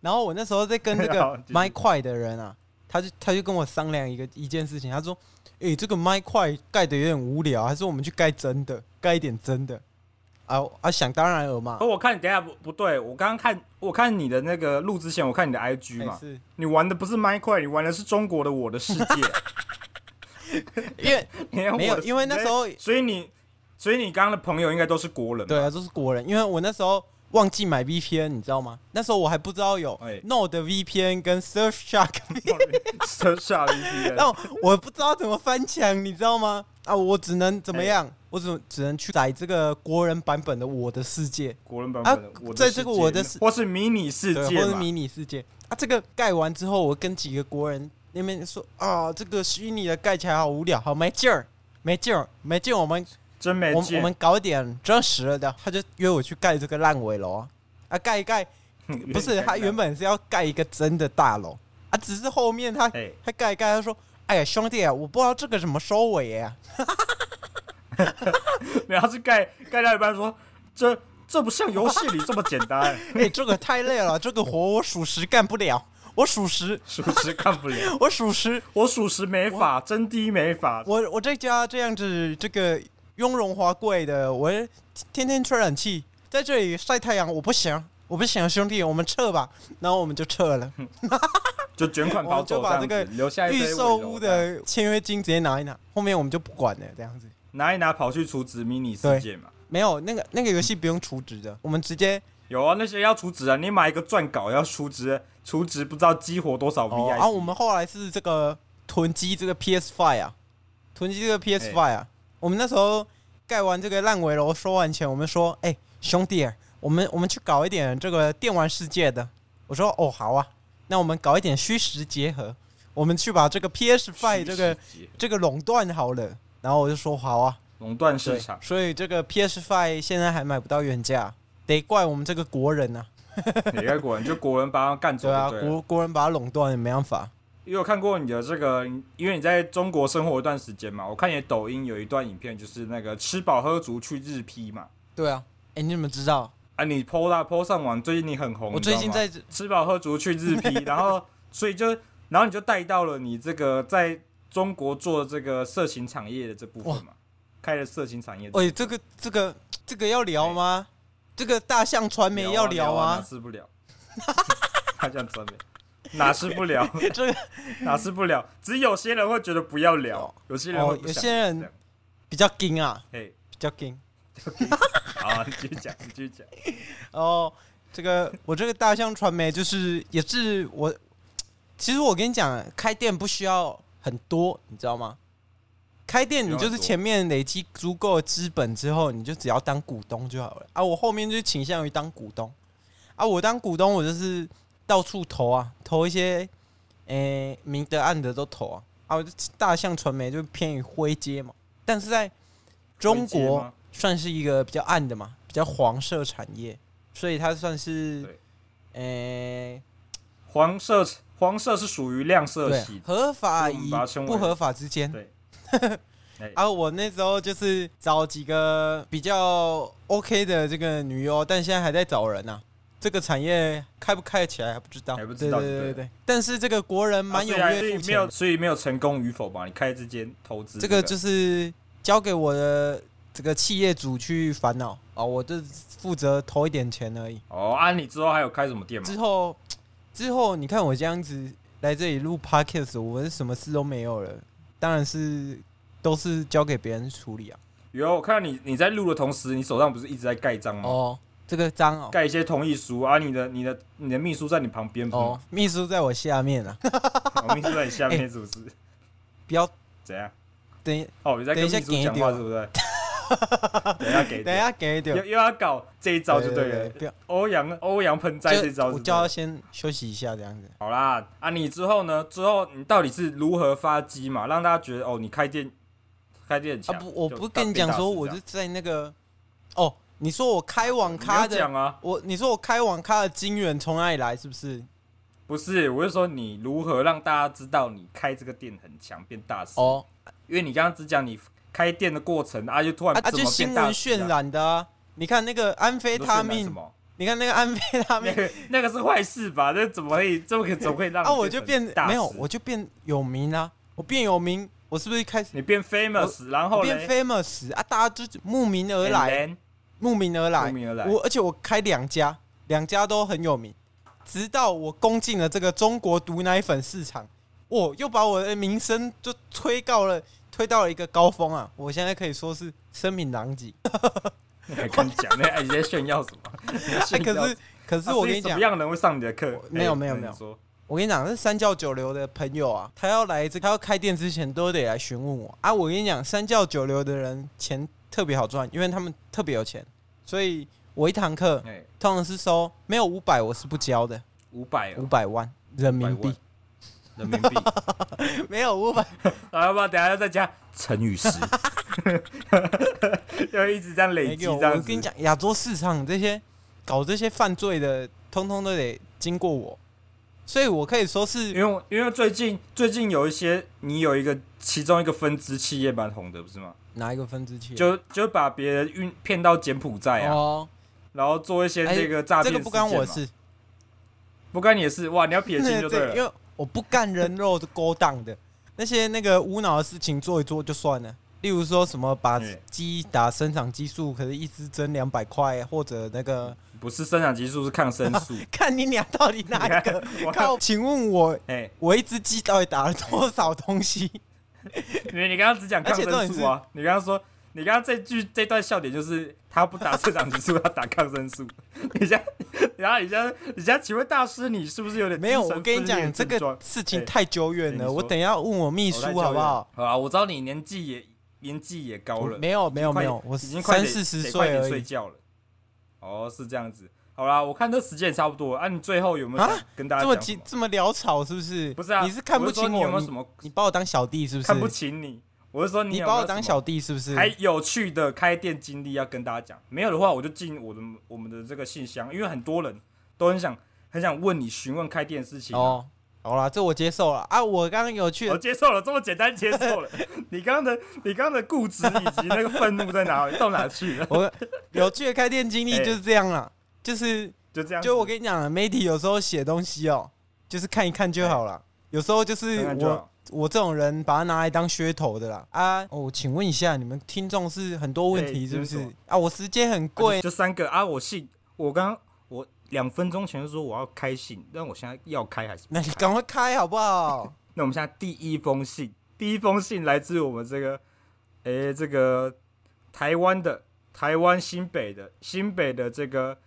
[SPEAKER 3] 然后我那时候在跟那
[SPEAKER 2] [LAUGHS] 好
[SPEAKER 3] 个
[SPEAKER 2] 继续
[SPEAKER 3] My 快的人啊，他就他就跟我商量一个一件事情，他说：“诶、这个 My 快盖的有点无聊，啊还是我们去盖真的，盖一点真的啊啊！想当然
[SPEAKER 2] [LAUGHS]
[SPEAKER 3] 尔嘛
[SPEAKER 2] 哦，，我看你等一下不不对，我刚刚看我看你的那个录之前，我看你的 IG
[SPEAKER 3] 没
[SPEAKER 2] 嘛，
[SPEAKER 3] 事，
[SPEAKER 2] 你玩的不是麦块，你玩的是中国的《我的世界》
[SPEAKER 3] [LAUGHS] 因为
[SPEAKER 2] 你玩我的世界，
[SPEAKER 3] 没有，因为那时候
[SPEAKER 2] 所以你所以你刚刚的朋友应该都是国人嘛，
[SPEAKER 3] 对啊，都是国人，因为我那时候忘记买 VPN，你知道吗？那时候我还不知道有
[SPEAKER 2] 哎
[SPEAKER 3] Node VPN 跟 Surfshark，
[SPEAKER 2] [LAUGHS] 生下了一批
[SPEAKER 3] [LAUGHS]
[SPEAKER 2] 人
[SPEAKER 3] 然。后我不知道怎么翻墙，你知道吗？啊，我只能怎么
[SPEAKER 2] 哎
[SPEAKER 3] 样？我只只能去载这个国人版本的《我的世界》。
[SPEAKER 2] 国人版本的
[SPEAKER 3] 啊
[SPEAKER 2] 我的
[SPEAKER 3] 在
[SPEAKER 2] 世
[SPEAKER 3] 这个
[SPEAKER 2] 界
[SPEAKER 3] 我的世
[SPEAKER 2] 或是迷你世
[SPEAKER 3] 对，
[SPEAKER 2] 界
[SPEAKER 3] 或者
[SPEAKER 2] 嘛
[SPEAKER 3] 迷你世界啊。这个盖完之后，我跟几个国人那边说啊，这个虚拟的盖起来好无聊，好没劲儿，没劲儿，没劲儿。我们
[SPEAKER 2] 真没
[SPEAKER 3] 我们
[SPEAKER 2] 劲。
[SPEAKER 3] 我们搞点真实了的。他就约我去盖这个烂尾楼啊，啊盖一盖，
[SPEAKER 2] [LAUGHS]
[SPEAKER 3] 不是他原本是要盖一个真的大楼啊，只是后面他
[SPEAKER 2] 哎
[SPEAKER 3] 他盖一盖，他说。哎呀，兄弟啊，我不知道这个怎么收尾啊呀、
[SPEAKER 2] 然后是盖盖到一半说这这不像游戏里这么简
[SPEAKER 3] [LAUGHS]
[SPEAKER 2] 单，
[SPEAKER 3] [LAUGHS] 哎，这个太累了，这个活我属实干不了，我属实，
[SPEAKER 2] 属实干不
[SPEAKER 3] [LAUGHS]
[SPEAKER 2] 了。
[SPEAKER 3] 我属实
[SPEAKER 2] 我属实没法，真的没法。
[SPEAKER 3] 我我在家这样子，这个雍容华贵的，我天天吹冷气，在这里晒太阳，我不行，我不行，兄弟，我们撤吧。然后我们就
[SPEAKER 2] [LAUGHS]
[SPEAKER 3] 撤了，
[SPEAKER 2] 就卷款
[SPEAKER 3] 我
[SPEAKER 2] 跑
[SPEAKER 3] 们就
[SPEAKER 2] 走
[SPEAKER 3] 把
[SPEAKER 2] 样
[SPEAKER 3] 这
[SPEAKER 2] 子，
[SPEAKER 3] 个
[SPEAKER 2] 留下一
[SPEAKER 3] 预
[SPEAKER 2] 堆
[SPEAKER 3] 售
[SPEAKER 2] 尾楼
[SPEAKER 3] 屋
[SPEAKER 2] 这样
[SPEAKER 3] 的签约金直接拿一拿，后面我们就不管了，这样子。
[SPEAKER 2] 拿一拿，跑去处置迷你世界嘛。
[SPEAKER 3] 没有那个那个游戏不用储值的，我们直接
[SPEAKER 2] 有啊，那些要处置啊，你买一个撰稿要处置，处置不知道激活多少
[SPEAKER 3] 哦，然
[SPEAKER 2] VIP，、
[SPEAKER 3] 后、我们后来是这个囤积这个 PS Five 啊，囤积这
[SPEAKER 2] 哎
[SPEAKER 3] 个 PS Five 啊。我们那时候盖完这个烂尾楼收完钱，我们说，哎、兄弟，我们我们去搞一点这个电玩世界的。我说，哦，好啊，那我们搞一点虚实结合，我们去把这个
[SPEAKER 2] 虚
[SPEAKER 3] PS Five 这个
[SPEAKER 2] 实结合
[SPEAKER 3] 这个垄断好了。然后我就说好啊，
[SPEAKER 2] 垄断
[SPEAKER 3] 对
[SPEAKER 2] 市场，
[SPEAKER 3] 所以这个 PS Five 现在还买不到原价，得怪我们这个国人啊，
[SPEAKER 2] 哪个国人就国人把他干走
[SPEAKER 3] 对
[SPEAKER 2] 就
[SPEAKER 3] 啊，
[SPEAKER 2] 对了
[SPEAKER 3] 国国人把它垄断了，没办法。
[SPEAKER 2] 因为我看过你的这个，因为你在中国生活一段时间嘛，我看你的抖音有一段影片，就是那个吃饱喝足去日批嘛。
[SPEAKER 3] 对啊，哎、你怎么知道？
[SPEAKER 2] 啊，你 PO 啦 PO 上网，最近你很红，
[SPEAKER 3] 我
[SPEAKER 2] 哦你知道
[SPEAKER 3] 最近
[SPEAKER 2] 吗
[SPEAKER 3] 在
[SPEAKER 2] 吃饱喝足去日
[SPEAKER 3] [LAUGHS]
[SPEAKER 2] 批，然后所以就然后你就带到了你这个在中国做这个色情产业的这部分嘛，开了色情产业这部分，
[SPEAKER 3] 喂，哦这个这个这个要聊吗？这个大象传媒
[SPEAKER 2] 啊
[SPEAKER 3] 要
[SPEAKER 2] 聊 [LAUGHS]
[SPEAKER 3] 聊
[SPEAKER 2] 啊哪
[SPEAKER 3] 吗？
[SPEAKER 2] 吃不了，他这样真的哪吃不了，
[SPEAKER 3] [LAUGHS] 这个
[SPEAKER 2] 哪吃不了，只是有些人会觉得不要聊
[SPEAKER 3] 哦，
[SPEAKER 2] 有些人会
[SPEAKER 3] 哦
[SPEAKER 2] 不想
[SPEAKER 3] 有些人
[SPEAKER 2] 这样
[SPEAKER 3] 比较硬啊，
[SPEAKER 2] 嘿，
[SPEAKER 3] 比较硬。
[SPEAKER 2] 好啊，你继续讲，你继续讲，
[SPEAKER 3] 哦，这个我这个大象传媒就是也是我，其实我跟你讲，开店不需要很多，你知道吗？开店你
[SPEAKER 2] 不用
[SPEAKER 3] 就
[SPEAKER 2] 很
[SPEAKER 3] 是
[SPEAKER 2] 多
[SPEAKER 3] 前面累积足够的资本之后，你就只要当股东就好了啊。我后面就倾向于当股东啊，我当股东我就是到处投啊，投一些诶、明的暗的都投啊啊。我就大象传媒就偏于灰阶嘛，但是在中
[SPEAKER 2] 会接
[SPEAKER 3] 国
[SPEAKER 2] 吗
[SPEAKER 3] 算是一个比较暗的嘛，比较黄色产业，所以它算是
[SPEAKER 2] 对，
[SPEAKER 3] 诶、
[SPEAKER 2] 黄色黄色是属于亮色
[SPEAKER 3] 对
[SPEAKER 2] 系，的，
[SPEAKER 3] 合法
[SPEAKER 2] 我们
[SPEAKER 3] 与
[SPEAKER 2] 把它称为
[SPEAKER 3] 不合法之间。
[SPEAKER 2] 对，哎
[SPEAKER 3] 啊，我那时候就是找几个比较 OK 的这个女优，但现在还在找人呐、这个产业开不开得起来还不知道，
[SPEAKER 2] 还不知道
[SPEAKER 3] 对对
[SPEAKER 2] 对
[SPEAKER 3] 对对。但是这个国人蛮踊
[SPEAKER 2] 啊所以所以没
[SPEAKER 3] 跃付钱的
[SPEAKER 2] 有，，所以没有成功与否吧？你开这间投资、
[SPEAKER 3] 这
[SPEAKER 2] 个
[SPEAKER 3] 个就是交给我的这个企业主去烦恼
[SPEAKER 1] 哦
[SPEAKER 3] 啊，我就负责投一点钱而已。
[SPEAKER 2] 哦啊，你之后还有开什么店吗？
[SPEAKER 3] 之后，之后你看我这样子来这里录 podcast，我们什么事都没有了，当然是都是交给别人处理啊。
[SPEAKER 2] 有，我看到你你在录的同时，你手上不是一直在盖章吗？
[SPEAKER 3] 哦，这个章哦，
[SPEAKER 2] 盖一些同意书啊，你的你的你的秘书在你旁边不是
[SPEAKER 3] 哦
[SPEAKER 2] 吗，
[SPEAKER 3] 秘书在我下面啊， [LAUGHS]
[SPEAKER 2] 哦秘书在你下面是不是？
[SPEAKER 3] 不要
[SPEAKER 2] 怎样？
[SPEAKER 3] 等一
[SPEAKER 2] 哦，你在跟
[SPEAKER 3] 等一
[SPEAKER 2] 秘
[SPEAKER 3] 下
[SPEAKER 2] 书讲话是不
[SPEAKER 3] [LAUGHS]
[SPEAKER 2] 是？等一下给，
[SPEAKER 3] 等一，下给
[SPEAKER 2] 又
[SPEAKER 3] 点，
[SPEAKER 2] 又要搞这一招就对了。
[SPEAKER 3] 不要
[SPEAKER 2] 欧阳欧阳盆栽这招
[SPEAKER 3] 就我
[SPEAKER 2] 是不
[SPEAKER 3] 叫他
[SPEAKER 2] 是
[SPEAKER 3] 先休息一下这样子。
[SPEAKER 2] 好啦啊！你之后呢？之后你到底是如何发迹嘛？让大家觉得哦，你开店开店很强
[SPEAKER 3] 啊不，我
[SPEAKER 2] 就
[SPEAKER 3] 不
[SPEAKER 2] 大
[SPEAKER 3] 跟你
[SPEAKER 2] 变
[SPEAKER 3] 讲
[SPEAKER 2] 大
[SPEAKER 3] 说
[SPEAKER 2] 师
[SPEAKER 3] 我
[SPEAKER 2] 这
[SPEAKER 3] 是
[SPEAKER 2] 样
[SPEAKER 3] 在那个，哦，你说我开网咖
[SPEAKER 2] 你要讲
[SPEAKER 3] 的，
[SPEAKER 2] 啊，
[SPEAKER 3] 我你说我开网咖的金源从哪里来？是不是？
[SPEAKER 2] 不是，我是说你如何让大家知道你开这个店很强变大师？
[SPEAKER 3] 哦，
[SPEAKER 2] 因为你刚刚只讲你开店的过程啊，就突然
[SPEAKER 3] 啊，
[SPEAKER 2] 怎
[SPEAKER 3] 就
[SPEAKER 2] 么
[SPEAKER 3] 新
[SPEAKER 2] 变
[SPEAKER 3] 闻
[SPEAKER 2] 大师
[SPEAKER 3] 渲
[SPEAKER 2] 啊
[SPEAKER 3] 染的啊。你看那个安非
[SPEAKER 2] 你都渲
[SPEAKER 3] 他
[SPEAKER 2] 染
[SPEAKER 3] 命
[SPEAKER 2] 什，么？
[SPEAKER 3] 你看那个安非他
[SPEAKER 2] 那
[SPEAKER 3] 命
[SPEAKER 2] 个 [LAUGHS] 那个是坏事吧？那怎么会这么可怎么会让
[SPEAKER 3] 啊，
[SPEAKER 2] 你
[SPEAKER 3] 我就变
[SPEAKER 2] 大
[SPEAKER 3] 没有，
[SPEAKER 2] 师
[SPEAKER 3] 我就变有名啊，我变有名，我是不是开始
[SPEAKER 2] 你变 famous，然后
[SPEAKER 3] 我
[SPEAKER 2] 嘞
[SPEAKER 3] 变 famous 啊？大家就慕名而
[SPEAKER 2] and
[SPEAKER 3] 来，
[SPEAKER 2] then
[SPEAKER 3] 慕名而来
[SPEAKER 2] 慕，名而来，
[SPEAKER 3] 我而且我开两家，两家都很有名。直到我攻进了这个中国毒奶粉市场，我又把我的名声就推到了推到了一个高峰啊！我现在可以说是声名狼藉。
[SPEAKER 2] 还跟你讲，
[SPEAKER 3] [LAUGHS]
[SPEAKER 2] 那哎你在炫耀什么？你在
[SPEAKER 3] 哎，
[SPEAKER 2] 炫耀
[SPEAKER 3] 可
[SPEAKER 2] 什 [LAUGHS]
[SPEAKER 3] 是
[SPEAKER 2] 么
[SPEAKER 3] 可是
[SPEAKER 2] 啊
[SPEAKER 3] 我
[SPEAKER 2] 所以
[SPEAKER 3] 跟你
[SPEAKER 2] 什
[SPEAKER 3] 讲
[SPEAKER 2] 么，样的人会上你的课？哎
[SPEAKER 3] 我没有没有没有
[SPEAKER 2] 有，
[SPEAKER 3] 我跟你讲，这三教九流的朋友啊，他要来这他要开店之前都得来询问我啊。我跟你讲，三教九流的人钱特别好赚，因为他们特别有钱，所以我一堂课
[SPEAKER 2] 哎，
[SPEAKER 3] 通常是收没有五百我是不教的，
[SPEAKER 2] 五百哦
[SPEAKER 3] 五百万人民币。
[SPEAKER 2] 人民币，
[SPEAKER 3] [LAUGHS] 没有五百，
[SPEAKER 2] 啊要不要等一下要再加乘以
[SPEAKER 3] [LAUGHS]
[SPEAKER 2] 十？要一直这样累
[SPEAKER 3] 没
[SPEAKER 2] 积
[SPEAKER 3] 有。
[SPEAKER 2] 这
[SPEAKER 3] 我
[SPEAKER 2] 样
[SPEAKER 3] 跟你
[SPEAKER 2] 子。
[SPEAKER 3] 讲，亚洲市场这些搞这些犯罪的，通通都得经过我，所以我可以说
[SPEAKER 2] 因
[SPEAKER 3] 是
[SPEAKER 2] 为我因为最近最近有一些，你有一个其中一个分支企业蛮红的，不是吗？
[SPEAKER 3] 哪一个分支器？
[SPEAKER 2] 就就把别人运骗到柬埔
[SPEAKER 1] 哎
[SPEAKER 2] 寨啊，
[SPEAKER 3] 哦，
[SPEAKER 2] 然后做一些
[SPEAKER 3] 哎
[SPEAKER 2] 这个诈
[SPEAKER 3] 这
[SPEAKER 2] 骗。
[SPEAKER 3] 个不干我，事，
[SPEAKER 2] 不干你的事。哇，你要撇清
[SPEAKER 3] 那
[SPEAKER 2] 就
[SPEAKER 3] 这
[SPEAKER 2] 对
[SPEAKER 3] [LAUGHS] 个
[SPEAKER 2] 了。
[SPEAKER 3] 因为我不干人肉勾当的 [LAUGHS] 那些那个无脑的事情做一做就算了。例如说什么把
[SPEAKER 2] 嗯
[SPEAKER 3] 鸡打生长激素，可是一只针两百块，或者
[SPEAKER 2] [LAUGHS]
[SPEAKER 3] 那个
[SPEAKER 2] 不是生长激素，是抗生素。
[SPEAKER 3] 看你俩到底哪
[SPEAKER 2] [LAUGHS]
[SPEAKER 3] 一个
[SPEAKER 2] 我
[SPEAKER 3] [LAUGHS] 靠？请问我，
[SPEAKER 2] 哎，
[SPEAKER 3] 我一只鸡到底打了多少
[SPEAKER 2] [LAUGHS]
[SPEAKER 3] 东西？
[SPEAKER 2] 你你刚刚只讲抗
[SPEAKER 3] 而且
[SPEAKER 2] 生
[SPEAKER 3] 重
[SPEAKER 2] 素
[SPEAKER 3] 点
[SPEAKER 2] 啊？你刚刚说，你刚刚这句这段笑点就是他不打生长激素，他打抗生素。 [LAUGHS] 你现在，然后你现在，你现在，请问大师，你是不是有点
[SPEAKER 3] 没有，
[SPEAKER 2] 精神
[SPEAKER 3] 我跟你
[SPEAKER 2] 分裂
[SPEAKER 3] 讲，
[SPEAKER 2] 的
[SPEAKER 3] 这
[SPEAKER 2] 症状
[SPEAKER 3] 个事情
[SPEAKER 2] 哎
[SPEAKER 3] 太久远
[SPEAKER 2] 哎你
[SPEAKER 3] 了，
[SPEAKER 2] 说
[SPEAKER 3] 我等一下问我秘
[SPEAKER 2] 我来
[SPEAKER 3] 书
[SPEAKER 2] 教
[SPEAKER 3] 好不好？
[SPEAKER 2] 你？好啊，我知道你年纪也年纪也高了，
[SPEAKER 3] 没有没有
[SPEAKER 2] 快
[SPEAKER 3] 没有，我
[SPEAKER 2] 已经快
[SPEAKER 3] 哦三
[SPEAKER 2] 得
[SPEAKER 3] 四十
[SPEAKER 2] 得快
[SPEAKER 3] 岁
[SPEAKER 2] 点
[SPEAKER 3] 而
[SPEAKER 2] 睡
[SPEAKER 3] 已。
[SPEAKER 2] 觉了。哦，是这样子。好啦，我看这时间也差不多了啊，你最后有没有
[SPEAKER 3] 啊
[SPEAKER 2] 想跟大家
[SPEAKER 3] 这么
[SPEAKER 2] 讲什
[SPEAKER 3] 急
[SPEAKER 2] 么
[SPEAKER 3] 这么潦草是不是？
[SPEAKER 2] 不是啊，
[SPEAKER 3] 你是看不
[SPEAKER 2] 我是说
[SPEAKER 3] 起
[SPEAKER 2] 你有没
[SPEAKER 3] 我，
[SPEAKER 2] 有
[SPEAKER 3] 你
[SPEAKER 2] 什么
[SPEAKER 3] 你把我当小弟是不
[SPEAKER 2] 看不
[SPEAKER 3] 是？
[SPEAKER 2] 起你？我是说你
[SPEAKER 3] 你
[SPEAKER 2] 有
[SPEAKER 3] 把
[SPEAKER 2] 没
[SPEAKER 3] 我
[SPEAKER 2] 有
[SPEAKER 3] 当
[SPEAKER 2] 什么
[SPEAKER 3] 小弟是不是？
[SPEAKER 2] 还有趣的开店经历要跟大家讲。没有的话，我就进我的我们的这个信箱，因为很多人都很想很想问你询问开店的事情、啊。
[SPEAKER 3] 哦，好啦，这我接受了啊。我刚刚有去
[SPEAKER 2] 我，接受了，这么简单接受了。 [LAUGHS] 你刚刚的你刚刚的固执以及那个愤怒在哪里到哪去了？
[SPEAKER 3] 我有去的开店经历
[SPEAKER 2] 哎
[SPEAKER 3] 就是这样啦，就是
[SPEAKER 2] 就这样子。
[SPEAKER 3] 就我跟你讲啊，媒体有时候写东西哦，就是看一看就好了。有时候就是
[SPEAKER 2] 哎看看就
[SPEAKER 3] 我
[SPEAKER 2] 好
[SPEAKER 3] 我这种人把它拿来当噱头的啦啊！哦，请问一下，你们听众是很多问题
[SPEAKER 2] 哎
[SPEAKER 3] 是不是
[SPEAKER 2] 你是什么
[SPEAKER 3] 啊？我时间很
[SPEAKER 2] 啊
[SPEAKER 3] 贵
[SPEAKER 2] 就，就三个啊！我信，我刚我两分钟前就说我要开信，但我现在要开还是不
[SPEAKER 3] 那你赶快开好不好？ [LAUGHS]
[SPEAKER 2] 那我们现在第一封信，第一封信来自我们这个，诶、这个台湾的台湾新北的新北的这个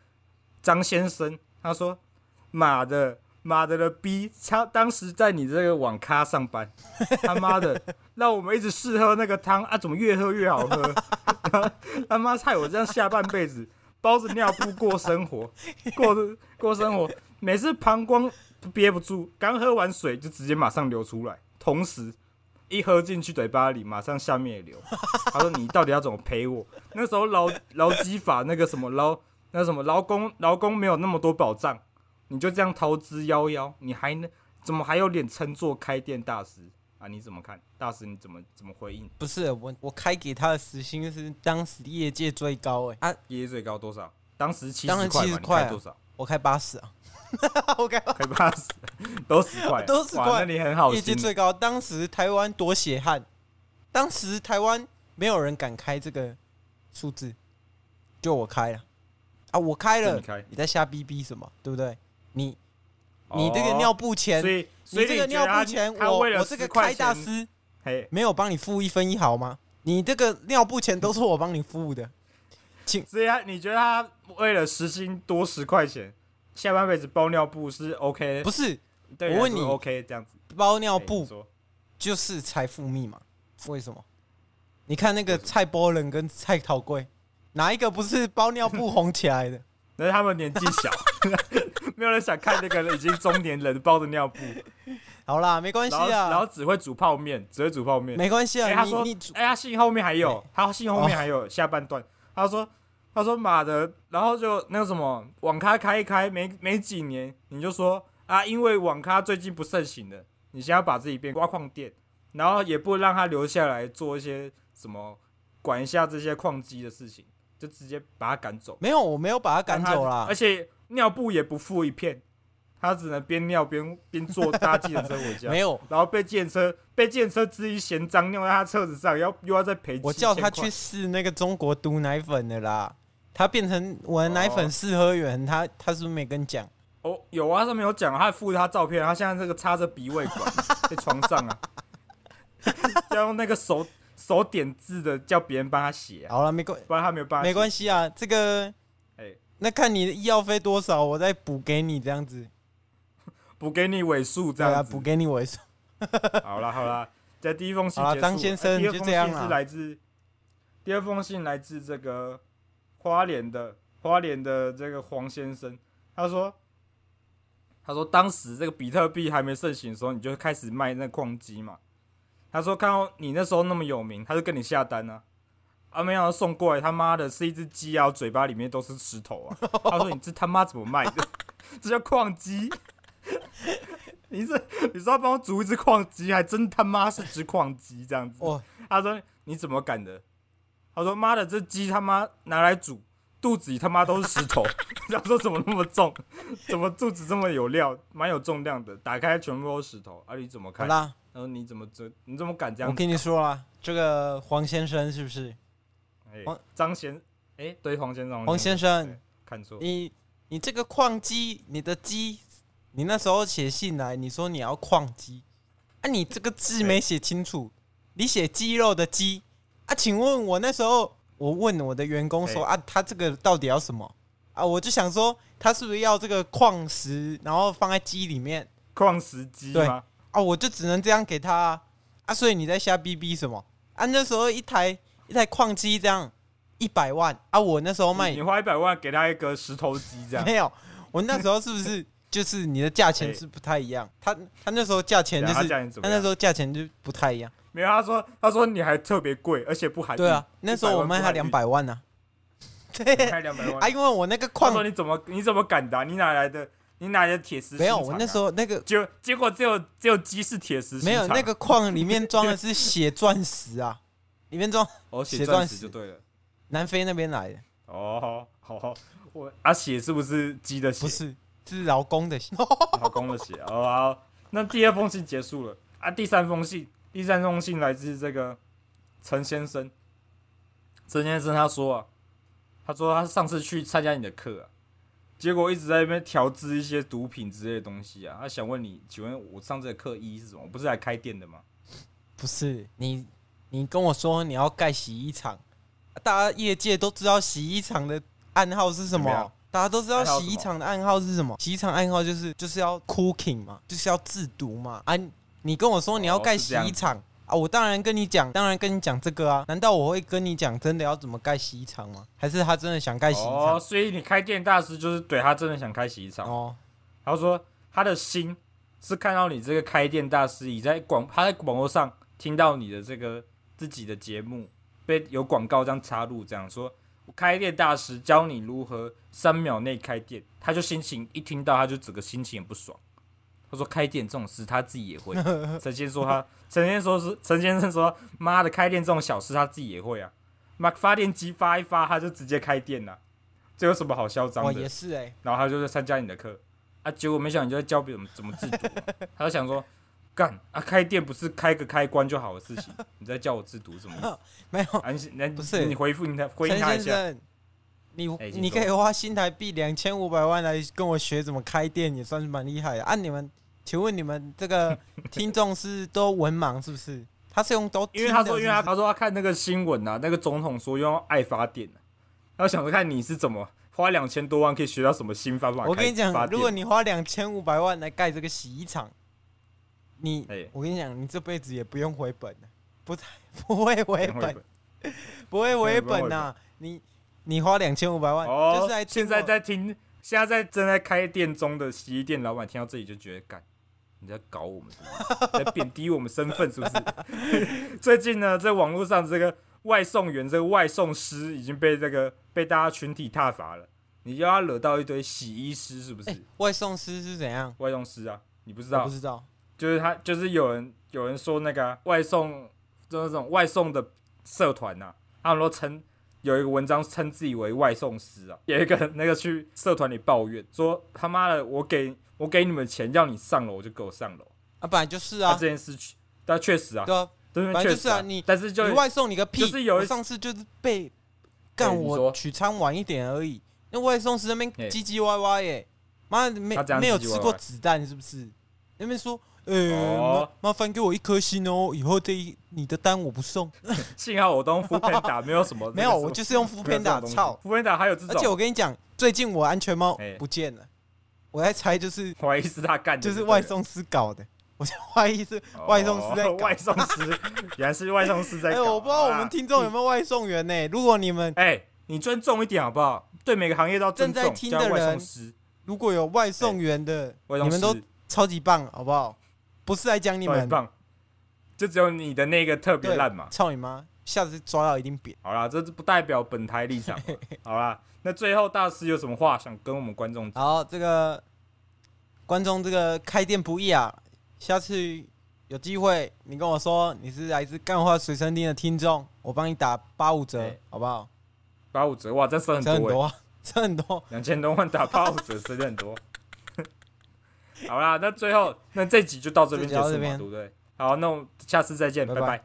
[SPEAKER 2] 张先生，他说：“妈的，妈的的逼，他当时在你这个网咖上班，他妈的，让我们一直试喝那个汤啊，怎么越喝越好喝？ [LAUGHS] 他妈害我这样下半辈子包着尿布过生活，过过生活，每次膀胱憋不住，刚喝完水就直接马上流出来，同时一喝进去嘴巴里，马上下面也流。 [LAUGHS] 他说：“你到底要怎么赔我？”那时候劳劳基法那个什么劳那什么劳工劳工没有那么多保障，你就这样逃之夭夭，你还能怎么还有脸称作开店大师啊？你怎么看？大师你怎么怎么回应？
[SPEAKER 3] 不是我，我开给他的时薪是当时业界最高哎、啊！
[SPEAKER 2] 业绩最高多少？当时七
[SPEAKER 3] 当
[SPEAKER 2] 十
[SPEAKER 3] 然
[SPEAKER 2] 块嘛，
[SPEAKER 3] 70
[SPEAKER 2] 你
[SPEAKER 3] 块
[SPEAKER 2] 开
[SPEAKER 3] 啊
[SPEAKER 2] 多少？
[SPEAKER 3] 我开八十啊， [LAUGHS] 我开
[SPEAKER 2] 开八十，都十块，
[SPEAKER 3] [LAUGHS] 都10
[SPEAKER 2] 哇
[SPEAKER 3] 块
[SPEAKER 2] 那你很好
[SPEAKER 3] 业界
[SPEAKER 2] 心。
[SPEAKER 3] 最高。当时台湾多血汗，当时台湾没有人敢开这个数字，就我开了啊，我开
[SPEAKER 2] 就
[SPEAKER 3] 了，
[SPEAKER 2] 你开哦
[SPEAKER 3] 你在瞎逼逼什么？对不对？你你这个尿布钱，
[SPEAKER 2] 所以所
[SPEAKER 3] 你
[SPEAKER 2] 以
[SPEAKER 3] 这个
[SPEAKER 2] 你觉得
[SPEAKER 3] 尿
[SPEAKER 2] 他
[SPEAKER 3] 布钱，
[SPEAKER 2] 他
[SPEAKER 3] 我
[SPEAKER 2] 为了
[SPEAKER 3] 我这个
[SPEAKER 2] 10块
[SPEAKER 3] 开大
[SPEAKER 2] 钱
[SPEAKER 3] 师
[SPEAKER 2] 嘿，
[SPEAKER 3] 没有帮你付一分一毫吗？你这个尿布钱都是我帮你
[SPEAKER 2] [LAUGHS]
[SPEAKER 3] 付的，
[SPEAKER 2] 所以他你觉得他为了时薪多十块钱，下半辈子包尿布是 OK？
[SPEAKER 3] 不是
[SPEAKER 2] 对
[SPEAKER 3] 我问你
[SPEAKER 2] 来说 OK 这样子？
[SPEAKER 3] 包尿
[SPEAKER 2] 哎
[SPEAKER 3] 布
[SPEAKER 2] 你说
[SPEAKER 3] 就是财富密码。为什么？你看那个蔡波人跟蔡桃贵，哪一个不是包尿布红起来的？
[SPEAKER 2] 那是他们年纪小， [LAUGHS] 没有人想看那个已经中年人包的尿布，
[SPEAKER 3] 好啦，没关系
[SPEAKER 2] 然后然后
[SPEAKER 3] 啊，
[SPEAKER 2] 只会煮泡面，只会煮泡面。
[SPEAKER 3] 没关系
[SPEAKER 2] 哎、
[SPEAKER 3] 啊。
[SPEAKER 2] 他
[SPEAKER 3] 你
[SPEAKER 2] 说
[SPEAKER 3] 你，哦
[SPEAKER 2] 哎、他信后面还有，他信后面还有下半段，他说，他说妈的，然后就那个什么网咖开一开，没没几年，你就说啊，因为网咖最近不盛行了，你现在把自己变挖矿店，然后也不让他留下来做一些什么管一下这些矿机的事情，就直接把他赶走，
[SPEAKER 3] 没有，我没有把他赶走
[SPEAKER 2] 让他
[SPEAKER 3] 啦
[SPEAKER 2] 而。且尿布也不付一片，他只能边尿边边坐搭计程车回
[SPEAKER 3] [LAUGHS]
[SPEAKER 2] 家
[SPEAKER 3] 没。有，
[SPEAKER 2] 然后被建车被建车自己嫌脏尿在他车子上，要又要再赔7000块。
[SPEAKER 3] 我叫他去试那个中国毒奶粉的啦。他变成我的奶粉
[SPEAKER 2] 哦
[SPEAKER 3] 四合元，他他是不是没跟你讲？
[SPEAKER 2] 哦，有啊，他上面有讲，他附他照片，他现在这个插着鼻胃管在床上啊， [LAUGHS] 要用那个手手点字的叫别人帮他写、啊，
[SPEAKER 3] 好了，没关
[SPEAKER 2] 不然他没有办法。
[SPEAKER 3] 没关
[SPEAKER 2] 系，
[SPEAKER 3] 系啊，这个
[SPEAKER 2] 哎，
[SPEAKER 3] 那看你的医药费多少，我再补给你这样子。
[SPEAKER 2] 补给你尾数这
[SPEAKER 3] 对啊，
[SPEAKER 2] 样子。
[SPEAKER 3] 补给你尾数。
[SPEAKER 2] [LAUGHS] 好啦好啦，在第一封信
[SPEAKER 3] 好啦
[SPEAKER 2] 结束
[SPEAKER 3] 张先生
[SPEAKER 2] 哎第二封
[SPEAKER 3] 就这样
[SPEAKER 2] 信
[SPEAKER 3] 啦
[SPEAKER 2] 是来自第二封信来自这个花莲的花莲的这个黄先生，他说他说当时这个比特币还没盛行的时候，你就开始卖那矿机嘛。他说看到你那时候那么有名，他就跟你下单啊。啊，没想到送过来，他妈的是一只鸡啊，嘴巴里面都是石头啊！他说：“你这他妈怎么卖的？ [LAUGHS] 这叫矿鸡？ [LAUGHS] 你这你说要帮我煮一只矿鸡，还真他妈是只矿鸡这样子。
[SPEAKER 3] 哦，
[SPEAKER 2] 他说你怎么敢的？他说妈的，这鸡他妈拿来煮，肚子里他妈都是石头。 [LAUGHS] 他说怎么那么重？怎么肚子这么有料，蛮有重量的？打开全部都是石头，啊你怎么
[SPEAKER 3] 好
[SPEAKER 2] 看？然
[SPEAKER 3] 啦，
[SPEAKER 2] 后你怎么这你怎么敢这
[SPEAKER 3] 我
[SPEAKER 2] 样？
[SPEAKER 3] 跟你说啦，这个黄先生是不是？
[SPEAKER 2] 哎
[SPEAKER 3] 黄
[SPEAKER 2] 张先，哎、对黄先生，
[SPEAKER 3] 黄先生
[SPEAKER 2] 对，看错，
[SPEAKER 3] 你你这个矿机，你的机，你那时候写信来，你说你要矿机，啊，你这个字没写清楚，你写肌肉的肌啊？请问我那时候我问我的员工说啊，他这个到底要什么啊？我就想说他是不是要这个矿石，然后放在鸡里面
[SPEAKER 2] 矿石鸡吗？
[SPEAKER 3] 啊？我就只能这样给他啊，啊所以你在瞎逼逼什么啊？那时候一台一台矿机这样一百万啊，我那时候卖
[SPEAKER 2] 你你花一百万给他一个石头鸡这样，哎
[SPEAKER 3] 没有，我那时候是不
[SPEAKER 2] [LAUGHS]
[SPEAKER 3] 是就是你的价钱是不太一样？他他那时候价钱就
[SPEAKER 2] 对啊
[SPEAKER 3] 是
[SPEAKER 2] 他价钱怎么
[SPEAKER 3] 他
[SPEAKER 2] 样
[SPEAKER 3] 那时候价钱就不太一样。
[SPEAKER 2] 没有他说他说你还特别贵，而且不含
[SPEAKER 3] 对啊
[SPEAKER 2] 运，
[SPEAKER 3] 那时候我卖他两，
[SPEAKER 2] [LAUGHS]
[SPEAKER 3] 百万呢、啊。对
[SPEAKER 2] 100还两百万
[SPEAKER 3] [LAUGHS] 啊，，因为我那个
[SPEAKER 2] 他说
[SPEAKER 3] 矿
[SPEAKER 2] 你怎么你怎么敢的啊、你哪来的？你哪来的铁石、
[SPEAKER 3] 没有，我那时
[SPEAKER 2] 候
[SPEAKER 3] 候那个
[SPEAKER 2] 就结果只有只有鸡是铁石心肠，
[SPEAKER 3] 没有那个矿里面装的是血钻石啊，里面装
[SPEAKER 2] 哦
[SPEAKER 3] 血
[SPEAKER 2] 血
[SPEAKER 3] 钻
[SPEAKER 2] 钻
[SPEAKER 3] 石
[SPEAKER 2] 石就对了。
[SPEAKER 3] 南非那边来的，
[SPEAKER 2] 哦，好好，我啊血是不是鸡的血？
[SPEAKER 3] 不是是劳工的血。
[SPEAKER 2] 老公的血。哦，好，那第二封信结束了啊，第三封信，第三封信来自这个陈先生。陈先生他说啊，他说他上次去参加你的课啊，结果一直在那边调制一些毒品之类的东西啊，他想问你，请问我上这个课一是什么？我不是来开店的吗？
[SPEAKER 3] 不是你，你跟我说你要盖洗衣厂，啊大家业界都知道洗衣厂的暗号是什
[SPEAKER 2] 怎么
[SPEAKER 3] 么
[SPEAKER 2] 样？
[SPEAKER 3] 大家都知道洗衣厂的暗号是什么？洗衣厂暗号就是就是要 cooking 嘛，就是要制毒嘛。啊，你跟我说你要盖洗衣厂、啊，我当然跟你讲，当然跟你讲这个啊。难道我会跟你讲真的要怎么盖洗衣厂吗？还是他真的想盖洗衣
[SPEAKER 2] 哦，
[SPEAKER 3] 厂？
[SPEAKER 2] 所以你开店大师就是对他真的想开洗衣厂。
[SPEAKER 3] 哦，
[SPEAKER 2] 他说他的心是看到你这个开店大师，你在广他在广播上听到你的这个自己的节目被有广告这样插入，这样说我开店大师教你如何三秒内开店，他就心情一听到他就整个心情也不爽。他说开店这种事他自己也会。陈先说他陈先说是陈先生说妈的开店这种小事他自己也会啊，妈发电机发一发他就直接开店了、这有什么好嚣张
[SPEAKER 3] 我
[SPEAKER 2] 的？
[SPEAKER 3] 也是哎、
[SPEAKER 2] 然后他就在参加你的课啊，结果没想到你就在教别人怎么制
[SPEAKER 3] [LAUGHS]
[SPEAKER 2] 毒啊、他就想说，干啊，开店不是开个开关就好的事情， [LAUGHS] 你在教我制毒什么意思？
[SPEAKER 3] [LAUGHS] [LAUGHS] 没有，
[SPEAKER 2] 啊，你那
[SPEAKER 3] 不是
[SPEAKER 2] 你回复你他回应
[SPEAKER 3] 陈
[SPEAKER 2] 他一
[SPEAKER 3] 先
[SPEAKER 2] 下，
[SPEAKER 3] 生，你
[SPEAKER 2] 哎请
[SPEAKER 3] 你
[SPEAKER 2] 说
[SPEAKER 3] 可以花新台币两千五百万来跟我学怎么开店，也算是蛮厉害的啊！你们，请问你们这个听众是都文盲是不是？他是用都听
[SPEAKER 2] 因
[SPEAKER 3] 的，
[SPEAKER 2] 为他说，因为他
[SPEAKER 3] 是不
[SPEAKER 2] 他说他看那个新闻啊，那个总统说用爱发电，他想着看你是怎么花两千多万可以学到什么新方法开发电。
[SPEAKER 3] 是我跟你讲，如果你花两千五百万来盖这个洗衣厂，你
[SPEAKER 2] 哎
[SPEAKER 3] 我跟你讲，你这辈子也不用回本了，不太 [LAUGHS] 不会回
[SPEAKER 2] 不会
[SPEAKER 3] 本，不会回
[SPEAKER 2] 不会回
[SPEAKER 3] 本
[SPEAKER 2] 本
[SPEAKER 3] 呐、你你花两千五百万，
[SPEAKER 2] 哦，
[SPEAKER 3] 啊就是来听哦
[SPEAKER 2] 现在
[SPEAKER 3] 我
[SPEAKER 2] 在听，现在在正在开店中的洗衣店老板听到这里就觉得，干，你在搞我们是不是， [LAUGHS] 在贬低我们身份是不是？ [LAUGHS] 最近呢，在网络上这个外送员、这个外送师已经被这个被大家群体挞伐了，你又要惹到一堆洗衣师是不是？
[SPEAKER 3] 外送师是怎样？
[SPEAKER 2] 外送师啊，你不知
[SPEAKER 3] 哎
[SPEAKER 2] 道
[SPEAKER 3] 我不？知道，
[SPEAKER 2] 就是他，就是有人有人说那个啊、外送，就那种外送的社团呐、他们都称有一个文章称自己为外送师啊，有一个那个去社团里抱怨说他妈的，我给我给你们钱，要你上楼就给我上楼，
[SPEAKER 3] 啊，本来就是
[SPEAKER 2] 他
[SPEAKER 3] 啊，
[SPEAKER 2] 这件事情，但确实啊，
[SPEAKER 3] 对啊，
[SPEAKER 2] 真的
[SPEAKER 3] 反
[SPEAKER 2] 确
[SPEAKER 3] 正
[SPEAKER 2] 实
[SPEAKER 3] 就是啊你
[SPEAKER 2] 但是就
[SPEAKER 3] 你外送你个屁！
[SPEAKER 2] 就是有一
[SPEAKER 3] 我上次就是被干
[SPEAKER 2] 哎你说
[SPEAKER 3] 我取餐晚一点而已，那外送是那边
[SPEAKER 2] 哎
[SPEAKER 3] 唧唧歪歪耶，妈的没
[SPEAKER 2] 他怎样
[SPEAKER 3] 没有
[SPEAKER 2] 唧唧
[SPEAKER 3] 吃
[SPEAKER 2] 歪
[SPEAKER 3] 过
[SPEAKER 2] 歪
[SPEAKER 3] 子弹是不是？那边说，呃、
[SPEAKER 2] 哦
[SPEAKER 3] 麻麻烦给我一颗星哦，以后这一你的单我不送。
[SPEAKER 2] 幸好我
[SPEAKER 3] [LAUGHS]
[SPEAKER 2] 都用副片打，没有什么
[SPEAKER 3] 没有，我就是用副片打，操！
[SPEAKER 2] 副片打还有这
[SPEAKER 3] 而且我
[SPEAKER 2] 种，
[SPEAKER 3] 跟你讲，最近我安全帽
[SPEAKER 2] 哎
[SPEAKER 3] 不见了，我在猜就是
[SPEAKER 2] 怀疑是他干的，
[SPEAKER 3] 就是
[SPEAKER 2] 对
[SPEAKER 3] 外送师搞的，我就怀疑是
[SPEAKER 2] 哦 [LAUGHS]
[SPEAKER 3] 外送师在搞。
[SPEAKER 2] 外送师，原来
[SPEAKER 3] [LAUGHS]
[SPEAKER 2] 是外送师在
[SPEAKER 3] 哎、
[SPEAKER 2] 搞啊。
[SPEAKER 3] 我不知道我们听众有没有外送员呢、如果你们
[SPEAKER 2] 哎、你尊重一点好不好？对每个行业都要尊重。
[SPEAKER 3] 正在听的
[SPEAKER 2] 叫外送
[SPEAKER 3] 人
[SPEAKER 2] 师
[SPEAKER 3] 如果有外送员的，
[SPEAKER 2] 外送
[SPEAKER 3] 你
[SPEAKER 2] 师
[SPEAKER 3] 们都超级棒，好不好？不是来讲你
[SPEAKER 2] 都
[SPEAKER 3] 们
[SPEAKER 2] 很，棒，就只有你的那个特别
[SPEAKER 3] 对
[SPEAKER 2] 烂嘛。
[SPEAKER 3] 操你妈！下次抓到一定扁。
[SPEAKER 2] 好啦，这不代表本台立场嘛。好啦，那最后大师有什么话想跟我们观众讲？
[SPEAKER 3] 好，这个观众这个开店不易啊，下次有机会你跟我说你是来自干话随身听的听众，我帮你打八五折
[SPEAKER 2] 哎，
[SPEAKER 3] 好不好？
[SPEAKER 2] 八五折哇，这省
[SPEAKER 3] 这
[SPEAKER 2] 很多、欸，
[SPEAKER 3] 很多， [LAUGHS] 啊，这很多。
[SPEAKER 2] 两千多万打八五折，省很多。好啦，那最后那这集就到这边
[SPEAKER 3] 这
[SPEAKER 2] 结
[SPEAKER 3] 集到
[SPEAKER 2] 束
[SPEAKER 3] 这
[SPEAKER 2] 嘛，
[SPEAKER 3] 边
[SPEAKER 2] 对不对？好，那我们下次再见，
[SPEAKER 3] 拜
[SPEAKER 2] 拜
[SPEAKER 3] 拜
[SPEAKER 2] 拜